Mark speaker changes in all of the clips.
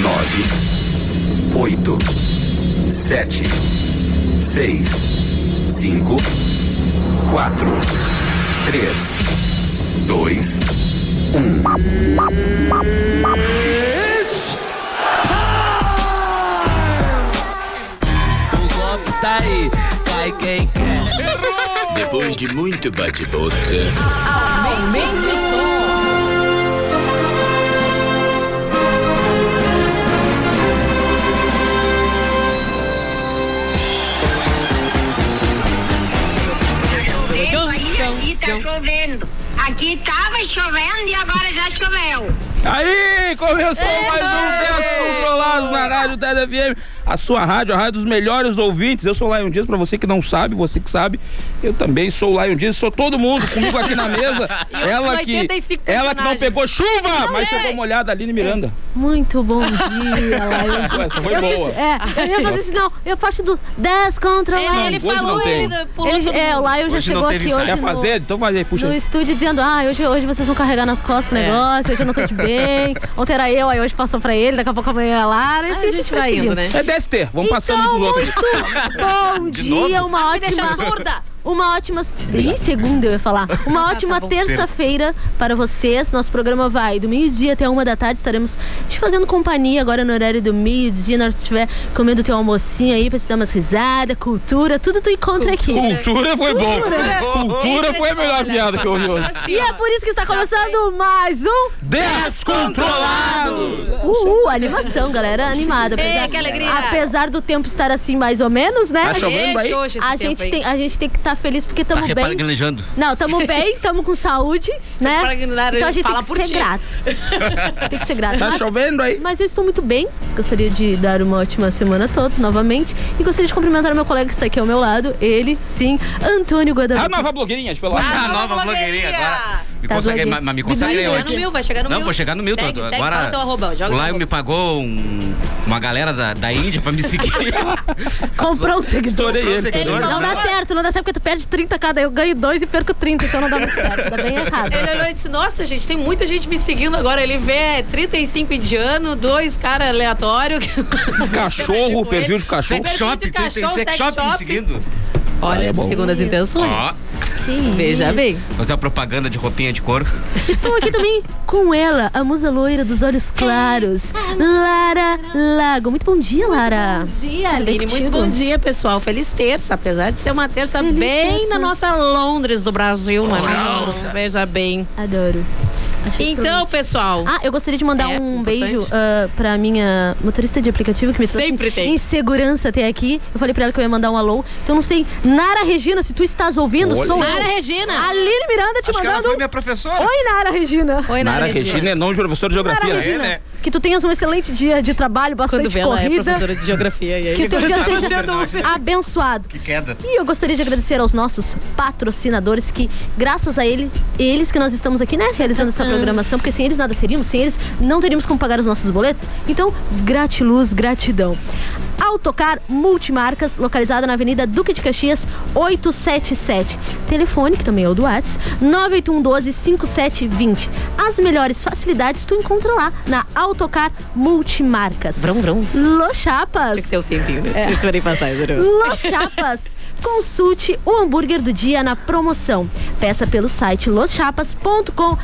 Speaker 1: nove, oito, sete, seis, cinco, quatro, três, dois, um.
Speaker 2: O golpe está aí, vai quem quer. Ah,
Speaker 3: Depois de muito bate-boca,
Speaker 4: Aumente o som.
Speaker 5: Tempo aí,
Speaker 6: então,
Speaker 5: aqui tá chovendo. Aqui tava chovendo e agora já choveu.
Speaker 7: Aí, começou mais um Descontrolados na Rádio 10 FM, a sua rádio, a rádio dos melhores ouvintes. Eu sou o Lion Dias, pra você que não sabe, você que sabe, eu também sou o Lion Dias, sou todo mundo comigo aqui na mesa.
Speaker 4: outros
Speaker 7: ela que,
Speaker 4: 85
Speaker 7: ela que não
Speaker 4: personagens.
Speaker 7: pegou chuva, mas chegou molhada, Aline Miranda.
Speaker 6: Muito bom dia, Laís.
Speaker 7: Ué, essa foi
Speaker 6: eu
Speaker 7: boa.
Speaker 6: Fiz, é, eu ia fazer assim, não, eu faço do descontrolado.
Speaker 4: Ele, ele
Speaker 7: hoje não
Speaker 4: falou,
Speaker 7: tem.
Speaker 4: ele pulou
Speaker 6: Ele-
Speaker 4: todo
Speaker 6: é,
Speaker 4: mundo.
Speaker 6: o Lion já
Speaker 8: Hoje não
Speaker 6: chegou
Speaker 8: teve
Speaker 6: aqui
Speaker 8: ensaio.
Speaker 6: hoje
Speaker 7: Quer
Speaker 6: no,
Speaker 7: fazer? Então faz aí, puxa
Speaker 6: no
Speaker 7: aí.
Speaker 6: estúdio dizendo, ah, hoje, hoje vocês vão carregar nas costas o
Speaker 4: É.
Speaker 6: negócio, hoje eu não tô de bem, ontem era eu, aí hoje passou pra ele, daqui a pouco amanhã é a Lara. e
Speaker 4: Ah,
Speaker 6: assim
Speaker 4: a gente vai
Speaker 6: seguindo.
Speaker 4: indo, né?
Speaker 7: É DST, vamos passando
Speaker 6: Então,
Speaker 7: dos outros aqui.
Speaker 6: muito bom dia, uma
Speaker 4: Me deixa
Speaker 6: ótima
Speaker 4: surda.
Speaker 6: uma ótima. Ih, segunda eu ia falar. Uma ótima terça-feira para vocês. Nosso programa vai do meio-dia até uma da tarde. Estaremos te fazendo companhia agora no horário do meio-dia. Na hora que estiver comendo teu almocinho aí pra te dar umas risadas, cultura, tudo tu encontra aqui.
Speaker 7: Cultura foi bom. Cultura foi a melhor
Speaker 4: Olha.
Speaker 7: piada que eu ouvi hoje.
Speaker 4: Assim,
Speaker 6: E é
Speaker 4: ó.
Speaker 6: por isso que está começando mais um.
Speaker 7: Descontrolados!
Speaker 6: Uhul, animação, galera. Animada.
Speaker 4: Ei,
Speaker 6: Apesar,
Speaker 4: que alegria.
Speaker 6: Apesar do tempo estar assim, mais ou menos, né?
Speaker 7: Tá chovendo aí?
Speaker 4: Deixou hoje esse
Speaker 6: A
Speaker 4: tempo
Speaker 6: gente,
Speaker 4: aí.
Speaker 6: tem, a gente tem que estar feliz porque
Speaker 8: Tá
Speaker 6: estamos bem.
Speaker 8: repaginejando.
Speaker 6: Não, estamos bem, estamos com saúde,
Speaker 4: Tá
Speaker 6: né?
Speaker 4: Repaginando,
Speaker 6: Então a gente tem
Speaker 4: fala
Speaker 6: que
Speaker 4: por
Speaker 6: ser
Speaker 4: ti.
Speaker 6: grato. tem que ser grato.
Speaker 7: Tá
Speaker 6: mas,
Speaker 7: chovendo aí?
Speaker 6: mas eu estou muito bem. Gostaria de dar uma ótima semana a todos novamente. E gostaria de cumprimentar o meu colega que está aqui ao meu lado. Ele, sim, Antônio
Speaker 7: A
Speaker 6: Guadalupe.
Speaker 7: nova blogueirinha, pelo amor de
Speaker 8: Ah,
Speaker 4: nova
Speaker 8: nova blogueirinha
Speaker 4: blogueirinha.
Speaker 8: agora. Me
Speaker 6: Tá
Speaker 8: consegue,
Speaker 6: blogueira.
Speaker 8: mas mas me
Speaker 4: Vai
Speaker 8: consegue
Speaker 4: chegar
Speaker 8: eu
Speaker 4: tá no
Speaker 8: aqui.
Speaker 4: mil, vai chegar no mil.
Speaker 8: Não, vou chegar no mil,
Speaker 4: Segue,
Speaker 8: Toto.
Speaker 4: segue,
Speaker 8: Agora,
Speaker 4: fala teu arroba, joga
Speaker 8: o
Speaker 4: teu
Speaker 8: Lion
Speaker 4: arroba.
Speaker 8: me pagou um- uma galera da, da Índia pra me seguir.
Speaker 6: Comprou um seguidor.
Speaker 7: Estourei ele.
Speaker 4: Ele não
Speaker 6: Não dá certo, não dá certo porque tu perde 30 cada, eu ganho 2 e perco 30, então não dá muito certo. Tá bem errado.
Speaker 4: Ele olhou e disse, nossa, gente, tem muita gente me seguindo agora. Ele vê é, 35 indiano, dois caras aleatórios.
Speaker 7: Cachorro,
Speaker 4: Com
Speaker 7: perfil
Speaker 4: ele.
Speaker 7: de cachorro.
Speaker 4: Perfil de
Speaker 8: Shop, tem
Speaker 4: cachorro,
Speaker 8: sex
Speaker 4: sex
Speaker 8: shop me
Speaker 4: shop.
Speaker 8: seguindo.
Speaker 4: Olha,
Speaker 8: Tá
Speaker 7: é bom.
Speaker 4: segundo as intenções.
Speaker 8: Ó,
Speaker 6: Que
Speaker 4: Veja
Speaker 6: isso.
Speaker 4: bem.
Speaker 8: fazer uma propaganda de roupinha de couro.
Speaker 6: Estou aqui também com ela, a musa loira dos olhos claros, Lara Lago. Muito bom dia, Lara.
Speaker 4: Ah. Bom dia,
Speaker 6: bem
Speaker 4: Aline.
Speaker 6: contigo?
Speaker 4: Muito bom dia, pessoal. Feliz terça, apesar de ser uma terça
Speaker 6: Feliz
Speaker 4: bem
Speaker 6: terça.
Speaker 4: na nossa Londres do Brasil, né?
Speaker 8: Nossa.
Speaker 4: Veja bem.
Speaker 6: Adoro. Achei
Speaker 4: Então,
Speaker 6: excelente.
Speaker 4: pessoal,
Speaker 6: Ah, eu gostaria de mandar
Speaker 4: É,
Speaker 6: um
Speaker 4: importante.
Speaker 6: beijo ah, pra minha motorista de aplicativo que me trouxe
Speaker 4: Sempre tem.
Speaker 6: em segurança até aqui. Eu falei pra ela que eu ia mandar um alô. Então não sei, Nara Regina, se tu estás ouvindo,
Speaker 7: Olha.
Speaker 6: sou
Speaker 4: Nara
Speaker 6: eu.
Speaker 4: Regina.
Speaker 6: Aline Miranda te
Speaker 8: Acho que ela
Speaker 6: mandando.
Speaker 8: foi
Speaker 6: um-
Speaker 8: minha professora.
Speaker 6: Oi, Nara Regina.
Speaker 4: Oi, Nara, É,
Speaker 7: Nara Regina é nome de professor de
Speaker 6: Nara
Speaker 7: geografia. né?
Speaker 6: Regina.
Speaker 8: né?
Speaker 6: Que tu tenhas um excelente dia tá de trabalho, bastante
Speaker 4: Quando vê, ela é
Speaker 6: corrida.
Speaker 4: professora de geografia. E aí,
Speaker 6: que o teu dia
Speaker 4: Quando é
Speaker 6: seja
Speaker 4: você não-
Speaker 6: abençoado.
Speaker 8: Que queda.
Speaker 6: E eu gostaria de agradecer aos nossos patrocinadores que, graças a ele, eles que nós estamos aqui, né, realizando essa programação, porque sem eles nada seríamos, sem eles não teríamos como pagar os nossos boletos. Então, gratiluz, gratidão. Autocar Multimarcas, localizada na Avenida Duque de Caxias, 877. Telefone, que também é o do Whats, 981125720. As melhores facilidades tu encontra lá na Autocar Multimarcas.
Speaker 4: Vrão, vrão.
Speaker 6: Lo Chapas. É.
Speaker 4: Tinha que ter o tempinho,
Speaker 9: É.
Speaker 4: né? Isso vai passar, entendeu?
Speaker 6: Los Chapas. Consulte o hambúrguer do dia na promoção. Peça pelo site loschapas.com.br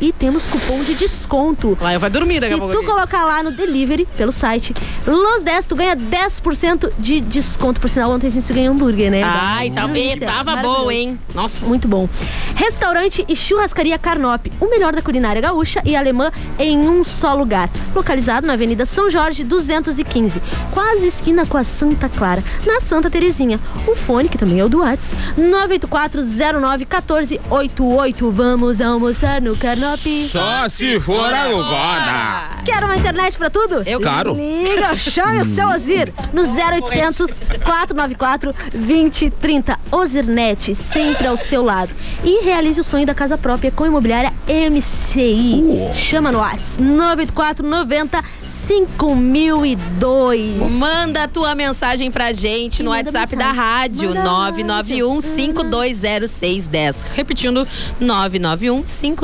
Speaker 6: e temos cupom de desconto.
Speaker 4: Lá, vai dormir daqui
Speaker 6: Se
Speaker 4: a pouco.
Speaker 6: tu
Speaker 4: aqui.
Speaker 6: colocar lá no delivery, pelo site Los10, tu ganha 10% de desconto. Por sinal, ontem a gente ganhou hambúrguer, né?
Speaker 4: Ai, tá, e
Speaker 6: Delícia,
Speaker 4: tava
Speaker 6: maravilhoso.
Speaker 4: bom, hein? Nossa.
Speaker 6: Muito bom. Restaurante e churrascaria Carnop, o melhor da culinária gaúcha e alemã em um só lugar. Localizado na Avenida São Jorge 215, quase esquina com a Santa Clara, na Santa Terezinha. O fone, que também é o do Whats, 984091488. Vamos almoçar no Carnop.
Speaker 7: Só se for agora.
Speaker 6: Quer uma internet pra tudo?
Speaker 4: Eu
Speaker 7: Claro.
Speaker 6: Liga, chame o seu Ozir no 0800 494 2030. Ozirnet, sempre ao seu lado. E realize o sonho da casa própria com imobiliária MCI. Chama no WhatsApp 984 90 5002.
Speaker 4: Manda a tua mensagem pra gente no
Speaker 6: E manda
Speaker 4: WhatsApp da
Speaker 6: mensagem.
Speaker 4: rádio,
Speaker 6: Manda
Speaker 4: 991-520610. Repetindo,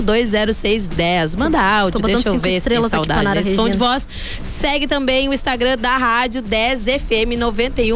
Speaker 4: 991-520610. Manda
Speaker 6: Tô
Speaker 4: áudio,
Speaker 6: botando
Speaker 4: deixa eu
Speaker 6: cinco
Speaker 4: ver se tem
Speaker 6: estrelas aqui pra
Speaker 4: saudade
Speaker 6: Nara
Speaker 4: desse tom de
Speaker 6: Regina.
Speaker 4: voz. Segue também o Instagram da rádio 10fm91.9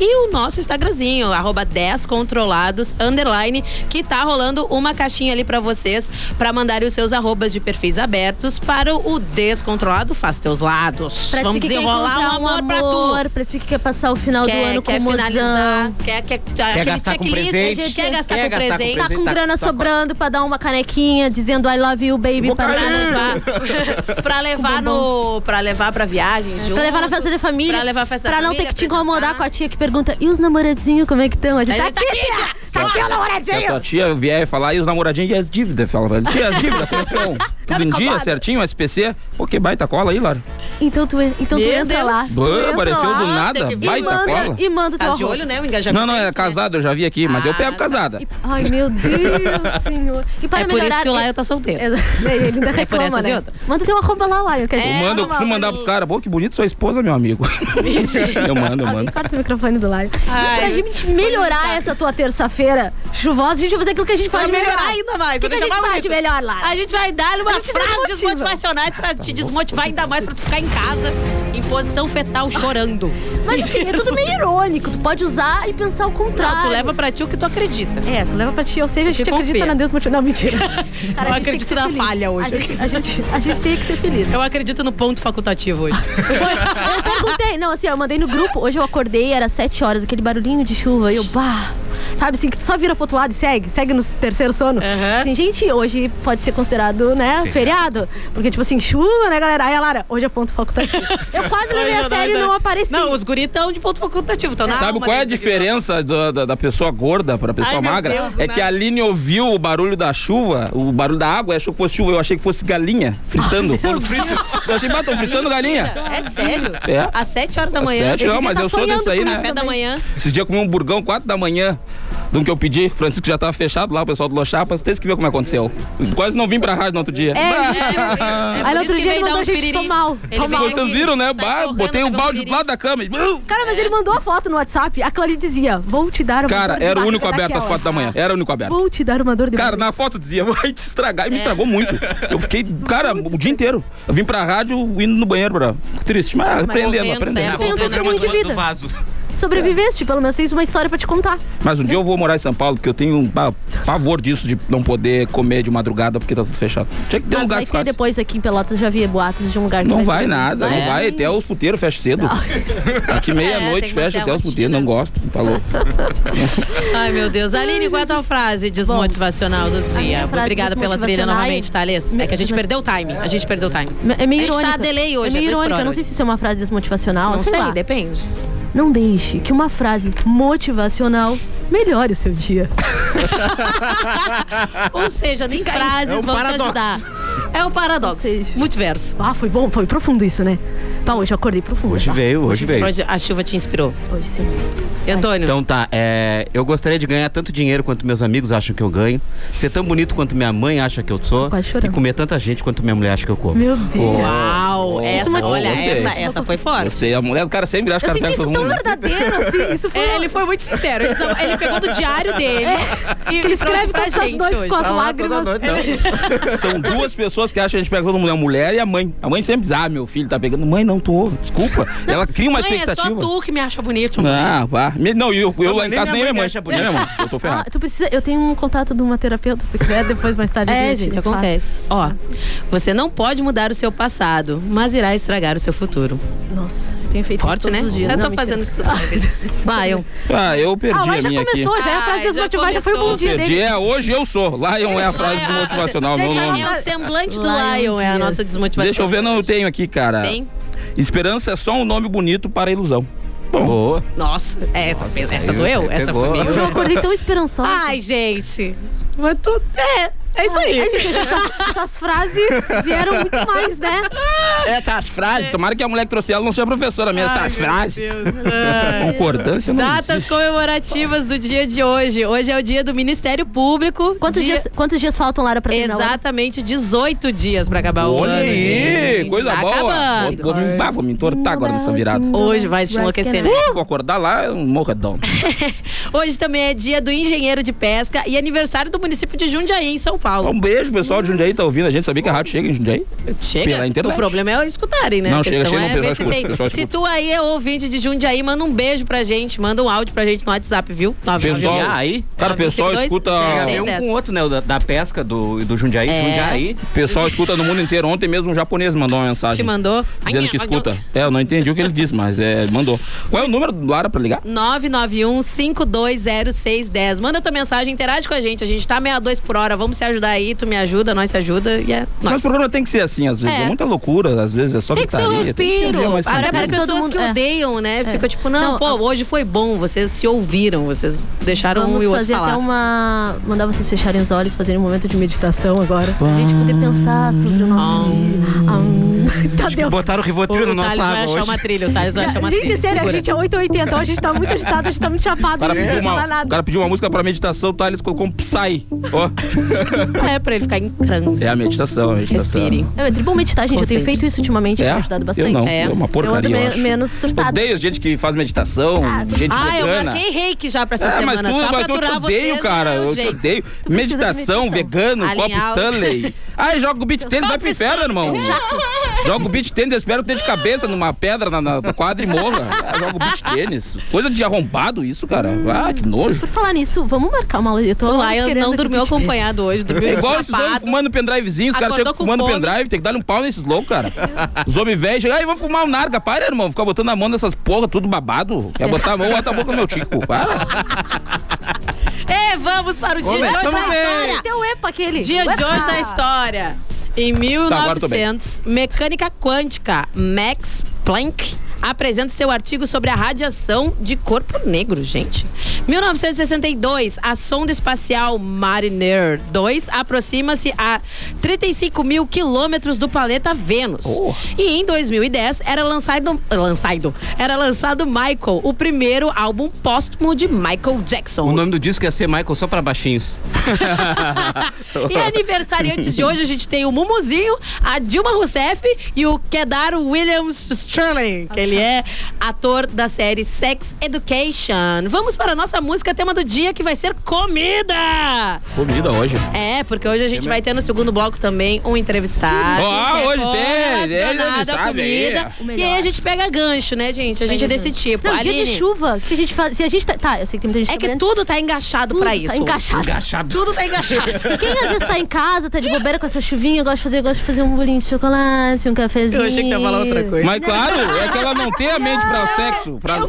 Speaker 4: e o nosso Instagramzinho, arroba 10controlados, underline, que tá rolando uma caixinha ali pra vocês, pra mandarem os seus arrobas de perfis abertos para o Descontrolado Faz Teus Lados.
Speaker 6: Pra
Speaker 4: Vamos
Speaker 6: ti que quer
Speaker 4: desenrolar um
Speaker 6: encontrar
Speaker 4: amor, pra tu.
Speaker 6: pra ti que quer passar o final do ano
Speaker 4: quer
Speaker 6: com
Speaker 4: finalizar,
Speaker 6: mozão.
Speaker 4: quer, quer,
Speaker 8: Quer
Speaker 4: aquele
Speaker 8: gastar com
Speaker 4: checklist,
Speaker 8: presente.
Speaker 4: quer gastar
Speaker 8: Quer
Speaker 4: com
Speaker 8: gastar com
Speaker 4: presente.
Speaker 6: Tá com
Speaker 8: Apresentar
Speaker 6: grana
Speaker 8: com sua
Speaker 6: sobrando pra dar uma canequinha dizendo I love you, baby,
Speaker 7: Vou
Speaker 6: pra
Speaker 4: Pra
Speaker 7: cair.
Speaker 6: levar.
Speaker 4: levar, pra levar no. Pra levar pra viagem, junto.
Speaker 6: Pra levar na festa da família.
Speaker 4: Pra levar na festa da
Speaker 6: Pra não
Speaker 4: família,
Speaker 6: ter que te
Speaker 4: apresentar.
Speaker 6: incomodar com a tia que pergunta, e os namoradinhos, como é que estão? A gente
Speaker 4: Aí
Speaker 6: tá
Speaker 4: ele tá
Speaker 6: aqui,
Speaker 4: aqui,
Speaker 6: tia!
Speaker 4: tia.
Speaker 6: Tá aqui o
Speaker 7: Se a
Speaker 6: namoradinho!
Speaker 7: tua tia vier falar e os namoradinhos e as dívidas, fala, velho. Tia, as dívidas, como é que eu- tudo em dia,
Speaker 6: incomoda.
Speaker 7: certinho, SPC. Pô, que baita cola aí, Lara.
Speaker 6: Então tu, en- então tu
Speaker 4: Meu
Speaker 6: entra
Speaker 4: Deus.
Speaker 6: lá. tu
Speaker 7: Bã,
Speaker 6: entra
Speaker 7: apareceu
Speaker 6: lá
Speaker 7: do nada,
Speaker 4: tem que-
Speaker 6: E
Speaker 7: baita cola.
Speaker 6: manda, e manda o teu
Speaker 4: Tá de
Speaker 6: arroba.
Speaker 4: olho, né? O engajamento.
Speaker 7: Não, não,
Speaker 4: é
Speaker 7: é
Speaker 4: isso,
Speaker 7: casado, eu já vi aqui, mas eu
Speaker 4: Ah,
Speaker 7: pego casada.
Speaker 6: E- Ai, meu Deus, senhor. E para
Speaker 4: Né? É por isso
Speaker 6: melhorar,
Speaker 4: que o Laio
Speaker 6: e-
Speaker 4: tá solteiro.
Speaker 6: É, Ele ainda
Speaker 4: por
Speaker 6: reclama,
Speaker 4: essas e
Speaker 6: né?
Speaker 4: outras.
Speaker 6: Manda teu arroba lá, Laio, que a
Speaker 4: É,
Speaker 7: Eu
Speaker 6: gente
Speaker 7: mando, eu
Speaker 4: normal,
Speaker 7: costumo mandar
Speaker 4: mas-
Speaker 7: pros caras. Pô, que bonito sua esposa, meu amigo. eu mando, eu
Speaker 6: Alguém
Speaker 7: mando.
Speaker 6: corta o microfone do live.
Speaker 4: Ai,
Speaker 6: E pra
Speaker 4: eu-
Speaker 6: gente melhorar essa tua terça-feira chuvosa, a gente vai fazer aquilo que a gente faz
Speaker 4: Pra
Speaker 6: de
Speaker 4: melhorar
Speaker 6: melhor.
Speaker 4: ainda mais,
Speaker 6: O que,
Speaker 4: pra
Speaker 6: que a gente
Speaker 4: deixar mais
Speaker 6: faz de
Speaker 4: bonito.
Speaker 6: melhor, Lara?
Speaker 4: A gente vai dar
Speaker 6: A
Speaker 4: umas
Speaker 6: gente
Speaker 4: frases
Speaker 6: desmotiva.
Speaker 4: desmotivacionais pra te desmotivar ainda mais pra tu ficar em casa, em posição fetal, chorando.
Speaker 6: Mas assim, é tudo meio irônico. Tu pode usar e pensar o contrário.
Speaker 4: Não, tu leva pra ti o que tu acredita.
Speaker 6: É, tu leva pra ti, ou seja, a gente
Speaker 4: Te
Speaker 6: acredita
Speaker 4: confia.
Speaker 6: na Deus motivo. Não, mentira.
Speaker 4: Eu
Speaker 6: a gente tem que
Speaker 4: acredito
Speaker 6: ser
Speaker 4: na
Speaker 6: feliz.
Speaker 4: falha hoje.
Speaker 6: A gente, a, gente, a gente tem que ser feliz.
Speaker 4: Eu acredito no ponto facultativo hoje.
Speaker 6: Eu perguntei, não, assim, ó, eu mandei no grupo. Hoje eu acordei, era 7 horas, aquele barulhinho de chuva. E eu, bah. Sabe assim, que tu só vira pro outro lado e segue, segue no terceiro sono.
Speaker 4: Aham.
Speaker 6: Assim, gente, hoje pode ser considerado, né, feriado. Porque, tipo assim, chuva, né, galera? Aí a Lara, hoje é ponto facultativo. Eu quase levei a sério e não apareci.
Speaker 4: Não, os guris estão de ponto facultativo. Tão na
Speaker 7: Sabe
Speaker 4: alma
Speaker 7: qual é a
Speaker 4: deles,
Speaker 7: diferença da, da, da pessoa gorda pra pessoa
Speaker 4: Ai, meu
Speaker 7: magra?
Speaker 4: Deus, né? do
Speaker 7: é que a Aline ouviu o barulho da chuva, o barulho da água, e achou que fosse chuva. Eu achei que fosse galinha fritando. Quando frita, eu achei, batom fritando galinha.
Speaker 4: É sério?
Speaker 7: É.
Speaker 4: Às 7 horas da
Speaker 7: Às
Speaker 4: manhã.
Speaker 7: sete,
Speaker 6: eu
Speaker 7: não,
Speaker 6: devia
Speaker 7: mas
Speaker 6: tá
Speaker 7: eu sou
Speaker 6: sonhando
Speaker 7: desse aí,
Speaker 6: com
Speaker 7: né?
Speaker 6: isso
Speaker 4: Café da
Speaker 6: também.
Speaker 4: manhã.
Speaker 7: Esses dias eu comi um burgão 4 da manhã. Do que eu pedi, Francisco já tava fechado lá, o pessoal do Los Chapas, tem que ver como aconteceu. Quase não vim pra rádio no outro dia.
Speaker 6: É,
Speaker 4: É,
Speaker 6: Aí no outro
Speaker 4: por isso
Speaker 6: dia
Speaker 4: que
Speaker 6: ele
Speaker 4: veio dar
Speaker 6: mandou a gente
Speaker 4: piriri.
Speaker 6: tomar mal.
Speaker 4: Ele
Speaker 6: Tomar
Speaker 4: veio
Speaker 6: mal.
Speaker 4: aqui,
Speaker 7: Vocês viram, né?
Speaker 4: sai
Speaker 7: Bah,
Speaker 4: correndo,
Speaker 7: botei o
Speaker 4: pegou
Speaker 7: balde do
Speaker 4: piriri.
Speaker 7: lado da cama. e- uh!
Speaker 6: Cara, mas ele mandou a foto no WhatsApp. Aquilo ali dizia, vou te dar uma dor
Speaker 7: Cara,
Speaker 6: de
Speaker 7: era o
Speaker 6: barriga
Speaker 4: tá
Speaker 7: único aberto às
Speaker 6: daquela.
Speaker 7: 4 da manhã. Era o único aberto.
Speaker 6: Vou te dar uma dor de
Speaker 7: Cara,
Speaker 6: barriga.
Speaker 7: na foto dizia, vai te estragar. E me estragou muito. Eu fiquei, cara, o dia inteiro. Eu vim pra rádio indo no banheiro, bro. Triste, mas aprendendo,
Speaker 4: convença, é,
Speaker 7: aprendendo.
Speaker 6: Tem um
Speaker 8: Voltando
Speaker 6: testemunho de
Speaker 8: do- do
Speaker 6: vida.
Speaker 8: vaso.
Speaker 6: Sobreviveste, pelo menos tens uma história pra te contar.
Speaker 7: Mas um dia eu vou morar em São Paulo, porque eu tenho um pa- pavor disso de não poder comer de madrugada porque tá tudo fechado. Tinha que ter um
Speaker 6: Mas
Speaker 7: lugar
Speaker 6: vai
Speaker 7: que
Speaker 6: ter
Speaker 7: ficasse.
Speaker 6: depois aqui em Pelotas, já vi boatos de um lugar que
Speaker 7: Não vai
Speaker 6: ter.
Speaker 7: nada, não vai. Até os puteiros fecham cedo. Aqui meia-noite
Speaker 4: tem que manter
Speaker 7: fecha
Speaker 4: a
Speaker 7: até os
Speaker 4: rotina.
Speaker 7: puteiros. Não gosto, tá louco.
Speaker 4: Ai, meu Deus. Aline, qual é a tua frase desmotivacional do
Speaker 6: a minha
Speaker 4: dia?
Speaker 6: frase
Speaker 4: Obrigada pela trilha
Speaker 6: desmotivacional
Speaker 4: novamente, tá, Alê? É que a gente perdeu o time. A gente perdeu o time.
Speaker 6: É meio
Speaker 4: A gente tá
Speaker 6: irônico.
Speaker 4: a delay hoje,
Speaker 6: é
Speaker 4: é
Speaker 6: meio
Speaker 4: dois
Speaker 6: irônico. Eu
Speaker 4: por
Speaker 6: não
Speaker 4: hora.
Speaker 6: sei se isso é uma frase desmotivacional.
Speaker 4: Não
Speaker 6: sei,
Speaker 4: sei,
Speaker 6: lá.
Speaker 4: depende.
Speaker 6: Não deixe que uma frase motivacional melhore o seu dia.
Speaker 4: Ou seja, nem frases
Speaker 8: É um
Speaker 4: vão
Speaker 8: paradoxo.
Speaker 4: te ajudar. É o paradoxo.
Speaker 6: Ou seja.
Speaker 4: Multiverso.
Speaker 6: um Ah, foi bom, foi profundo isso, né? Pá, hoje eu acordei profundo. tá?
Speaker 8: veio, hoje veio.
Speaker 4: Hoje A chuva te inspirou.
Speaker 6: Hoje sim.
Speaker 4: E Antônio,
Speaker 8: Então tá, é, eu gostaria de ganhar tanto dinheiro quanto meus amigos acham que eu ganho, ser tão bonito quanto minha mãe acha que eu sou,
Speaker 6: quase chorando.
Speaker 8: e comer tanta gente quanto minha mulher acha que eu como. Oh.
Speaker 6: Meu Deus.
Speaker 4: uau! Essa,
Speaker 6: uma-
Speaker 4: olha,
Speaker 7: gostei.
Speaker 4: essa, essa foi
Speaker 7: Eu
Speaker 4: forte.
Speaker 7: sei,
Speaker 8: é
Speaker 7: a mulher, o cara sempre acha que
Speaker 6: Eu
Speaker 7: ela
Speaker 6: senti
Speaker 7: pega
Speaker 6: isso
Speaker 7: todo
Speaker 6: tão
Speaker 7: mundo.
Speaker 6: verdadeiro, assim. Isso foi.
Speaker 4: É, ele foi muito sincero. Ele, só- ele pegou do diário dele e
Speaker 6: que É. ele escreve
Speaker 4: trouxe pra
Speaker 6: todas as
Speaker 4: gente
Speaker 6: noites
Speaker 4: hoje.
Speaker 6: com as
Speaker 8: Tá lá
Speaker 6: lágrimas.
Speaker 8: toda noite, não.
Speaker 7: São duas pessoas que acham que a gente pega todo mundo, é a mulher e a mãe. A mãe sempre diz, ah, meu filho tá pegando. Mãe, não tô, desculpa. Ela cria uma
Speaker 4: Mãe, é só
Speaker 7: expectativa.
Speaker 4: tu que me acha bonito. né? mãe.
Speaker 7: Ah, pá. Me- Não, e eu, eu
Speaker 8: Não,
Speaker 7: lá em
Speaker 8: nem
Speaker 7: casa nem
Speaker 8: minha
Speaker 7: é
Speaker 8: mãe
Speaker 7: mãe.
Speaker 8: acha
Speaker 7: Nem
Speaker 8: bonito.
Speaker 7: minha mãe. Eu tô
Speaker 6: Ah,
Speaker 7: ferrado.
Speaker 6: tu precisa. Eu tenho um contato de uma terapeuta, se quiser, depois mais tarde.
Speaker 4: É,
Speaker 6: eu te
Speaker 4: gente,
Speaker 6: passo.
Speaker 4: acontece. Ó, você não pode mudar o seu passado, mas irá estragar o seu futuro.
Speaker 6: Nossa, eu tenho feito isso
Speaker 4: Forte,
Speaker 6: todos
Speaker 4: né?
Speaker 6: os dias.
Speaker 4: Eu
Speaker 6: Não,
Speaker 4: tô
Speaker 6: mentira.
Speaker 4: fazendo né? isso tudo na minha vida. Lion.
Speaker 7: Ah, eu perdi
Speaker 6: Ah,
Speaker 7: a
Speaker 6: mas já
Speaker 7: minha aqui.
Speaker 6: começou, já é a frase
Speaker 4: Ai, já
Speaker 6: desmotivada, já foi o bom
Speaker 4: começou.
Speaker 6: dia
Speaker 7: Perdi,
Speaker 6: dele.
Speaker 7: é hoje eu sou. Lion é a frase motivacional. Não,
Speaker 6: Gente, tá-
Speaker 7: não,
Speaker 4: Ah, É o semblante do
Speaker 6: Lion
Speaker 4: Lion, é a
Speaker 6: Dias.
Speaker 4: nossa desmotivação.
Speaker 7: Deixa eu ver, não eu tenho aqui, cara.
Speaker 4: Tem?
Speaker 7: Esperança é só um nome bonito para ilusão. Bom,
Speaker 8: Boa.
Speaker 4: Nossa, é, essa, essa doeu? Essa
Speaker 8: pegou.
Speaker 4: foi meio...
Speaker 6: Eu acordei tão esperançosa.
Speaker 4: Ai, gente. Mas tu... É, É isso aí.
Speaker 6: Ai, gente, essas, essas frases vieram muito mais, né?
Speaker 7: É, tá as frases. Tomara que a mulher que trouxe ela não seja professora mesmo.
Speaker 4: Ai,
Speaker 7: Tá as
Speaker 4: meu
Speaker 7: frases.
Speaker 4: Deus. Ai. Tá,
Speaker 7: Concordância não
Speaker 4: Datas
Speaker 7: existe.
Speaker 4: comemorativas do dia de hoje. Hoje é o dia do Ministério Público.
Speaker 6: Quantos,
Speaker 4: Dia-
Speaker 6: dias, quantos dias faltam, Lara, pra terminar? o ano?
Speaker 4: Exatamente 18 dias pra acabar o
Speaker 7: Olha
Speaker 4: ano.
Speaker 7: aí,
Speaker 4: gente.
Speaker 7: coisa
Speaker 4: tá
Speaker 7: boa.
Speaker 4: Acabando.
Speaker 7: Vou, vou me, bah, vou me entortar agora nessa virada.
Speaker 4: Hoje vai se enlouquecer, né?
Speaker 7: Vou acordar lá, um morredão.
Speaker 4: Hoje também é dia do engenheiro de pesca e aniversário do município de Jundiaí, em São Paulo.
Speaker 7: Um beijo, pessoal de Jundiaí, tá ouvindo a gente. Sabia que a rádio chega em Jundiaí?
Speaker 4: Chega.
Speaker 7: Pela internet.
Speaker 4: O problema é escutarem, né?
Speaker 7: Não,
Speaker 4: a
Speaker 7: chega,
Speaker 4: questão
Speaker 7: chega,
Speaker 4: é
Speaker 7: um o pessoal
Speaker 4: ver se
Speaker 7: escuta, o
Speaker 4: tem.
Speaker 7: pessoal
Speaker 4: Se
Speaker 7: escuta.
Speaker 4: tu aí é ouvinte de Jundiaí, manda um beijo pra gente, manda um áudio pra gente no WhatsApp, Ah, viu? É,
Speaker 7: Pessoal,
Speaker 8: Jundiaí, aí?
Speaker 7: cara, o pessoal
Speaker 4: 22,
Speaker 7: escuta.
Speaker 4: é,
Speaker 8: É
Speaker 4: Sem
Speaker 8: um
Speaker 4: dessa.
Speaker 8: com o outro, né? O da, da pesca do, do Jundiaí.
Speaker 4: É.
Speaker 8: Jundiaí.
Speaker 7: O pessoal escuta no mundo inteiro. Ontem mesmo um japonês mandou uma mensagem.
Speaker 4: Te mandou?
Speaker 7: Dizendo que escuta. É, eu não entendi o que ele disse, mas é, mandou. Qual é o número do Lara pra ligar?
Speaker 4: 991-520610. Manda tua mensagem, interage com a gente. A gente tá 62 por hora. Vamos se ajudar aí. Tu me ajuda, nós se ajuda. E é
Speaker 7: Mas o
Speaker 4: nós.
Speaker 7: programa tem que ser assim, às vezes.
Speaker 4: É.
Speaker 7: É, muita loucura, às vezes é só
Speaker 4: Tem que ser um
Speaker 7: gritaria, um
Speaker 4: respiro.
Speaker 7: dia mais
Speaker 4: Até para
Speaker 7: tranquilo.
Speaker 6: Parabéns.
Speaker 4: pessoas
Speaker 6: Todo mundo-
Speaker 4: que
Speaker 6: é.
Speaker 4: odeiam, né? Fica tipo, não,
Speaker 6: Não,
Speaker 4: pô,
Speaker 6: a-
Speaker 4: hoje foi bom. Vocês se ouviram, vocês deixaram um
Speaker 6: Vamos
Speaker 4: e o outro
Speaker 6: fazer
Speaker 4: falar.
Speaker 6: até uma. Mandar vocês fecharem os olhos, fazerem um momento de meditação agora. Pra gente poder pensar sobre o nosso dia. Ah, tá deu.
Speaker 8: Botaram o Rivotril no
Speaker 4: O
Speaker 8: nosso
Speaker 4: Thales vai
Speaker 8: água
Speaker 4: achar uma
Speaker 8: hoje.
Speaker 4: trilha, o Thales vai achar uma trilha.
Speaker 6: Gente, sério, a
Speaker 4: segura.
Speaker 6: gente é 880, a gente tá muito agitado, a gente tá muito
Speaker 7: O
Speaker 6: chapado,
Speaker 7: cara,
Speaker 6: não
Speaker 7: pediu
Speaker 6: precisa falar
Speaker 7: uma, um o
Speaker 6: nada.
Speaker 7: cara pediu uma música pra meditação, tá? Eles colocou um Psy. Ó,
Speaker 4: É pra ele ficar em transe.
Speaker 7: é a meditação, a meditação.
Speaker 4: Respirem.
Speaker 6: É, é bom meditar, gente. Eu tenho feito isso ultimamente,
Speaker 7: É?
Speaker 6: tem ajudado bastante.
Speaker 7: Eu não,
Speaker 4: É.
Speaker 7: é uma porcaria.
Speaker 6: eu
Speaker 7: Eu
Speaker 6: ando me- menos
Speaker 7: acho.
Speaker 6: surtado.
Speaker 7: Odeio gente que faz meditação, gente
Speaker 4: Ah, eu
Speaker 7: vegana.
Speaker 4: marquei reiki já pra essa
Speaker 7: Ah, mas
Speaker 4: semana.
Speaker 7: tu,
Speaker 4: só
Speaker 7: mas
Speaker 4: pra
Speaker 7: eu te
Speaker 4: aturar
Speaker 7: odeio,
Speaker 4: vocês,
Speaker 7: cara.
Speaker 4: né,
Speaker 7: Eu te
Speaker 4: gente?
Speaker 7: odeio.
Speaker 6: precisa de
Speaker 7: Meditação,
Speaker 6: meditação.
Speaker 7: vegano,
Speaker 4: Alinhar
Speaker 7: copo
Speaker 4: o-
Speaker 7: Stanley. Ai, joga o beat tênis, vai pro inferno, irmão. Joga o beat tênis, espera o ter de cabeça numa pedra na, na quadra e morra. Ah, joga o beat tênis. Coisa de arrombado isso, cara. Ah, que nojo.
Speaker 6: Por falar nisso, vamos marcar uma aula. Eu tô
Speaker 4: O
Speaker 6: muito
Speaker 4: Lion
Speaker 6: querendo
Speaker 4: não
Speaker 6: que
Speaker 4: dormiu
Speaker 6: eu te dê.
Speaker 4: acompanhado hoje, dormiu
Speaker 7: É igual esses homens
Speaker 4: esnapado.
Speaker 7: fumando pendrivezinho, os caras
Speaker 4: Acordou
Speaker 7: chegam
Speaker 4: com
Speaker 7: fumando
Speaker 4: fome.
Speaker 7: pendrive, tem que dar um pau nesses loucos, cara. Os homens velhos chegam, ai, vou fumar um narga, para, irmão, ficar botando a mão nessas porra, tudo babado. Quer botar a mão, bota a boca no meu tico, Ah, para.
Speaker 4: E É, vamos para o dia de
Speaker 8: velho,
Speaker 4: hoje na
Speaker 8: tamo bem.
Speaker 4: história.
Speaker 6: Deu um epa aquele.
Speaker 4: Dia de
Speaker 6: Epa!
Speaker 4: hoje na história. Em
Speaker 7: Tá, agora tô bem.
Speaker 4: 1900, mecânica quântica Max Planck apresenta seu artigo sobre a radiação de corpo negro, gente. 1962, a sonda espacial Mariner 2 aproxima-se a 35 mil quilômetros do planeta Vênus.
Speaker 7: Oh.
Speaker 4: E em 2010 era lançado, lançado, era lançado Michael, o primeiro álbum póstumo de Michael Jackson.
Speaker 8: O nome do disco ia ser Michael só pra baixinhos.
Speaker 4: E aniversariantes de hoje, a gente tem o Mumuzinho, a Dilma Rousseff e o Kedar Williams Sterling, que ele é ator da série Sex Education. Vamos para a nossa música tema do dia, que vai ser comida!
Speaker 7: Comida hoje.
Speaker 4: É, porque hoje a gente vai ter no segundo bloco também um entrevistado.
Speaker 7: Ó,
Speaker 4: que é
Speaker 7: hoje
Speaker 4: bom
Speaker 7: tem,
Speaker 4: Relacionado
Speaker 7: ele
Speaker 4: à
Speaker 7: sabe aí.
Speaker 4: comida.
Speaker 6: O melhor.
Speaker 4: E aí a gente pega gancho, né, gente? A gente é desse tipo.
Speaker 6: Não, dia de
Speaker 4: Aline,
Speaker 6: chuva, o que a gente faz? Se a gente tá. Tá, eu sei que tem muita gente
Speaker 4: É que
Speaker 6: trabalhando.
Speaker 4: tudo tá engaixado
Speaker 6: Tudo
Speaker 4: pra
Speaker 6: tá
Speaker 4: isso.
Speaker 6: encaixado.
Speaker 4: Tudo tá engaixado.
Speaker 6: Quem às vezes tá em casa, tá de bobeira com essa chuvinha, gosta de fazer, gosta de fazer um bolinho de chocolate, um cafezinho.
Speaker 4: Eu achei que tu ia falar outra coisa.
Speaker 7: Mas claro, é que ela não tem a mente pra sexo, pra, pra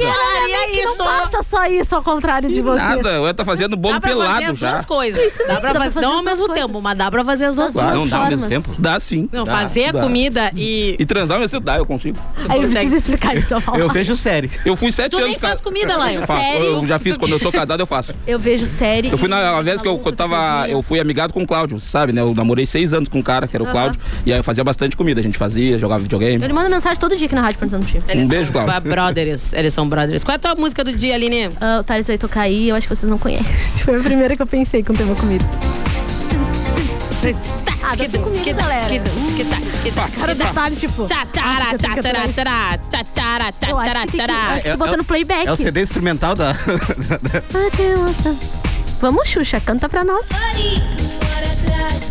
Speaker 4: Faria
Speaker 6: Realmente não
Speaker 4: é isso.
Speaker 6: passa só isso ao contrário de você.
Speaker 7: Nada, ela tá fazendo bolo
Speaker 4: Dá pra fazer
Speaker 7: pelado
Speaker 4: as
Speaker 7: já.
Speaker 4: duas coisas. dá pra
Speaker 6: dá pra
Speaker 4: fazer,
Speaker 6: fazer
Speaker 4: não
Speaker 6: as
Speaker 4: ao
Speaker 6: duas
Speaker 4: mesmo
Speaker 6: coisas.
Speaker 4: tempo, mas dá pra fazer as duas
Speaker 6: Claro.
Speaker 4: coisas.
Speaker 8: Não dá ao mesmo
Speaker 6: formas.
Speaker 8: tempo?
Speaker 7: Dá sim.
Speaker 4: Não,
Speaker 7: Dá.
Speaker 4: fazer a
Speaker 7: Dá.
Speaker 4: comida e.
Speaker 7: E transar, mas eu dá, eu consigo.
Speaker 6: Aí eu
Speaker 4: consegue.
Speaker 6: preciso explicar isso ao falar.
Speaker 8: Eu vejo série.
Speaker 7: Eu fui sete
Speaker 4: Tu nem
Speaker 7: anos
Speaker 4: faz comida, Laio.
Speaker 7: Eu faço,
Speaker 4: Sério?
Speaker 7: Eu já fiz,
Speaker 4: Tu-
Speaker 7: quando eu sou casado, eu faço.
Speaker 6: Eu vejo série.
Speaker 7: Eu fui
Speaker 6: e-
Speaker 7: na vez que eu, que eu tava. Eu fui amigado com o Cláudio, sabe, né? Eu namorei seis anos com um cara, que era o Cláudio. E aí eu fazia bastante comida. A gente fazia, jogava videogame. Um
Speaker 6: Ele manda mensagem todo dia aqui na rádio perguntando tipo. pro
Speaker 8: Um
Speaker 4: Eles
Speaker 7: beijo,
Speaker 4: são
Speaker 7: Cláudio.
Speaker 4: brothers. Eles são brothers. Qual é a tua música do dia, Aline?
Speaker 6: Ah, o Thales vai tocar aí, eu acho que vocês não conhecem. Foi a primeira que eu pensei com o tema comida. Ah, dança comigo, galera. Hum. Cara do Thales, tipo.
Speaker 4: Tá, tará, tá, tará, tará, tá, tará, tá,
Speaker 6: Eu acho
Speaker 4: tará,
Speaker 6: que tem que- eu
Speaker 4: tará.
Speaker 6: acho que tô botando playback.
Speaker 8: É o CD instrumental da.
Speaker 6: Vamos, Xuxa, canta pra nós.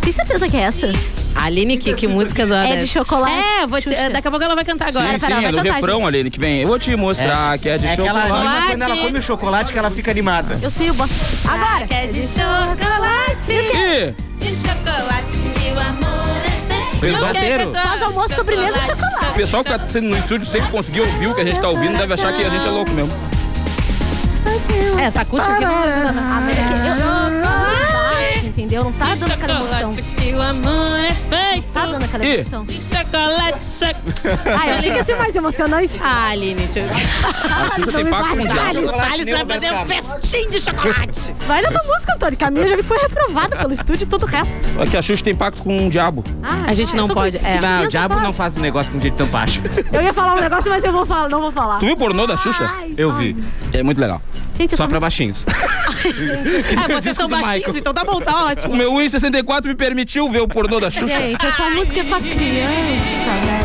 Speaker 6: Tem certeza que é essa?
Speaker 4: Aline, que, que músicas olha.
Speaker 6: É de chocolate,
Speaker 4: É, vou te-
Speaker 6: Xuxa.
Speaker 4: daqui a pouco ela vai cantar agora.
Speaker 7: Sim, sim, é no refrão ali que vem. Eu vou te mostrar que é de
Speaker 8: É aquela
Speaker 7: chocolate.
Speaker 8: anima quando ela come o chocolate que ela fica animada.
Speaker 6: Eu sei, eu boto. Agora!
Speaker 4: É de chocolate.
Speaker 7: Ih,
Speaker 10: De chocolate, meu amor é bem.
Speaker 4: Não, que é
Speaker 8: pesadeiro.
Speaker 4: pessoal-
Speaker 6: Faz almoço, sobremesa, chocolate.
Speaker 7: O pessoal que tá sendo no estúdio sempre conseguiu ouvir o que a gente tá ouvindo, deve achar que a gente é louco mesmo.
Speaker 4: É, essa acústica aqui.
Speaker 6: Ah, mas é que eu- Entendeu? Não tá dando cara emoção.
Speaker 10: Chocolate, meu amor é bem.
Speaker 6: Tá dando naquela
Speaker 7: Ih.
Speaker 6: edição.
Speaker 4: Chocolate, chocolate.
Speaker 6: Ah, eu achei que ia ser mais emocionante.
Speaker 4: Ah, Aline, deixa eu
Speaker 6: Ah,
Speaker 7: A Xuxa tem pacto mundial.
Speaker 4: Thales, Thales vai fazer um festim de chocolate.
Speaker 6: Vai na tua música, Antônio. Caminha já foi reprovada pelo estúdio e todo o resto.
Speaker 7: É que a Xuxa tem pacto com o diabo.
Speaker 6: Ah,
Speaker 4: A gente
Speaker 6: eu
Speaker 4: não
Speaker 6: tô com-
Speaker 4: pode, é.
Speaker 6: que
Speaker 8: Não,
Speaker 6: criança
Speaker 8: o diabo
Speaker 6: fala?
Speaker 8: não faz um negócio com jeito tão baixo.
Speaker 6: Eu ia falar um negócio, mas eu vou falar, não vou falar.
Speaker 7: Tu viu o pornô da Xuxa?
Speaker 6: Ai,
Speaker 8: Eu
Speaker 6: ai.
Speaker 8: vi.
Speaker 7: É muito legal.
Speaker 6: Gente, eu
Speaker 8: Só
Speaker 6: só
Speaker 8: pra baixinhos.
Speaker 4: Ah, vocês são baixinhos, então tá bom, tá
Speaker 7: O
Speaker 4: ótimo.
Speaker 7: meu 1,64 me permitiu ver o pornô da Xuxa.
Speaker 6: Gente, essa música é pra criança, né?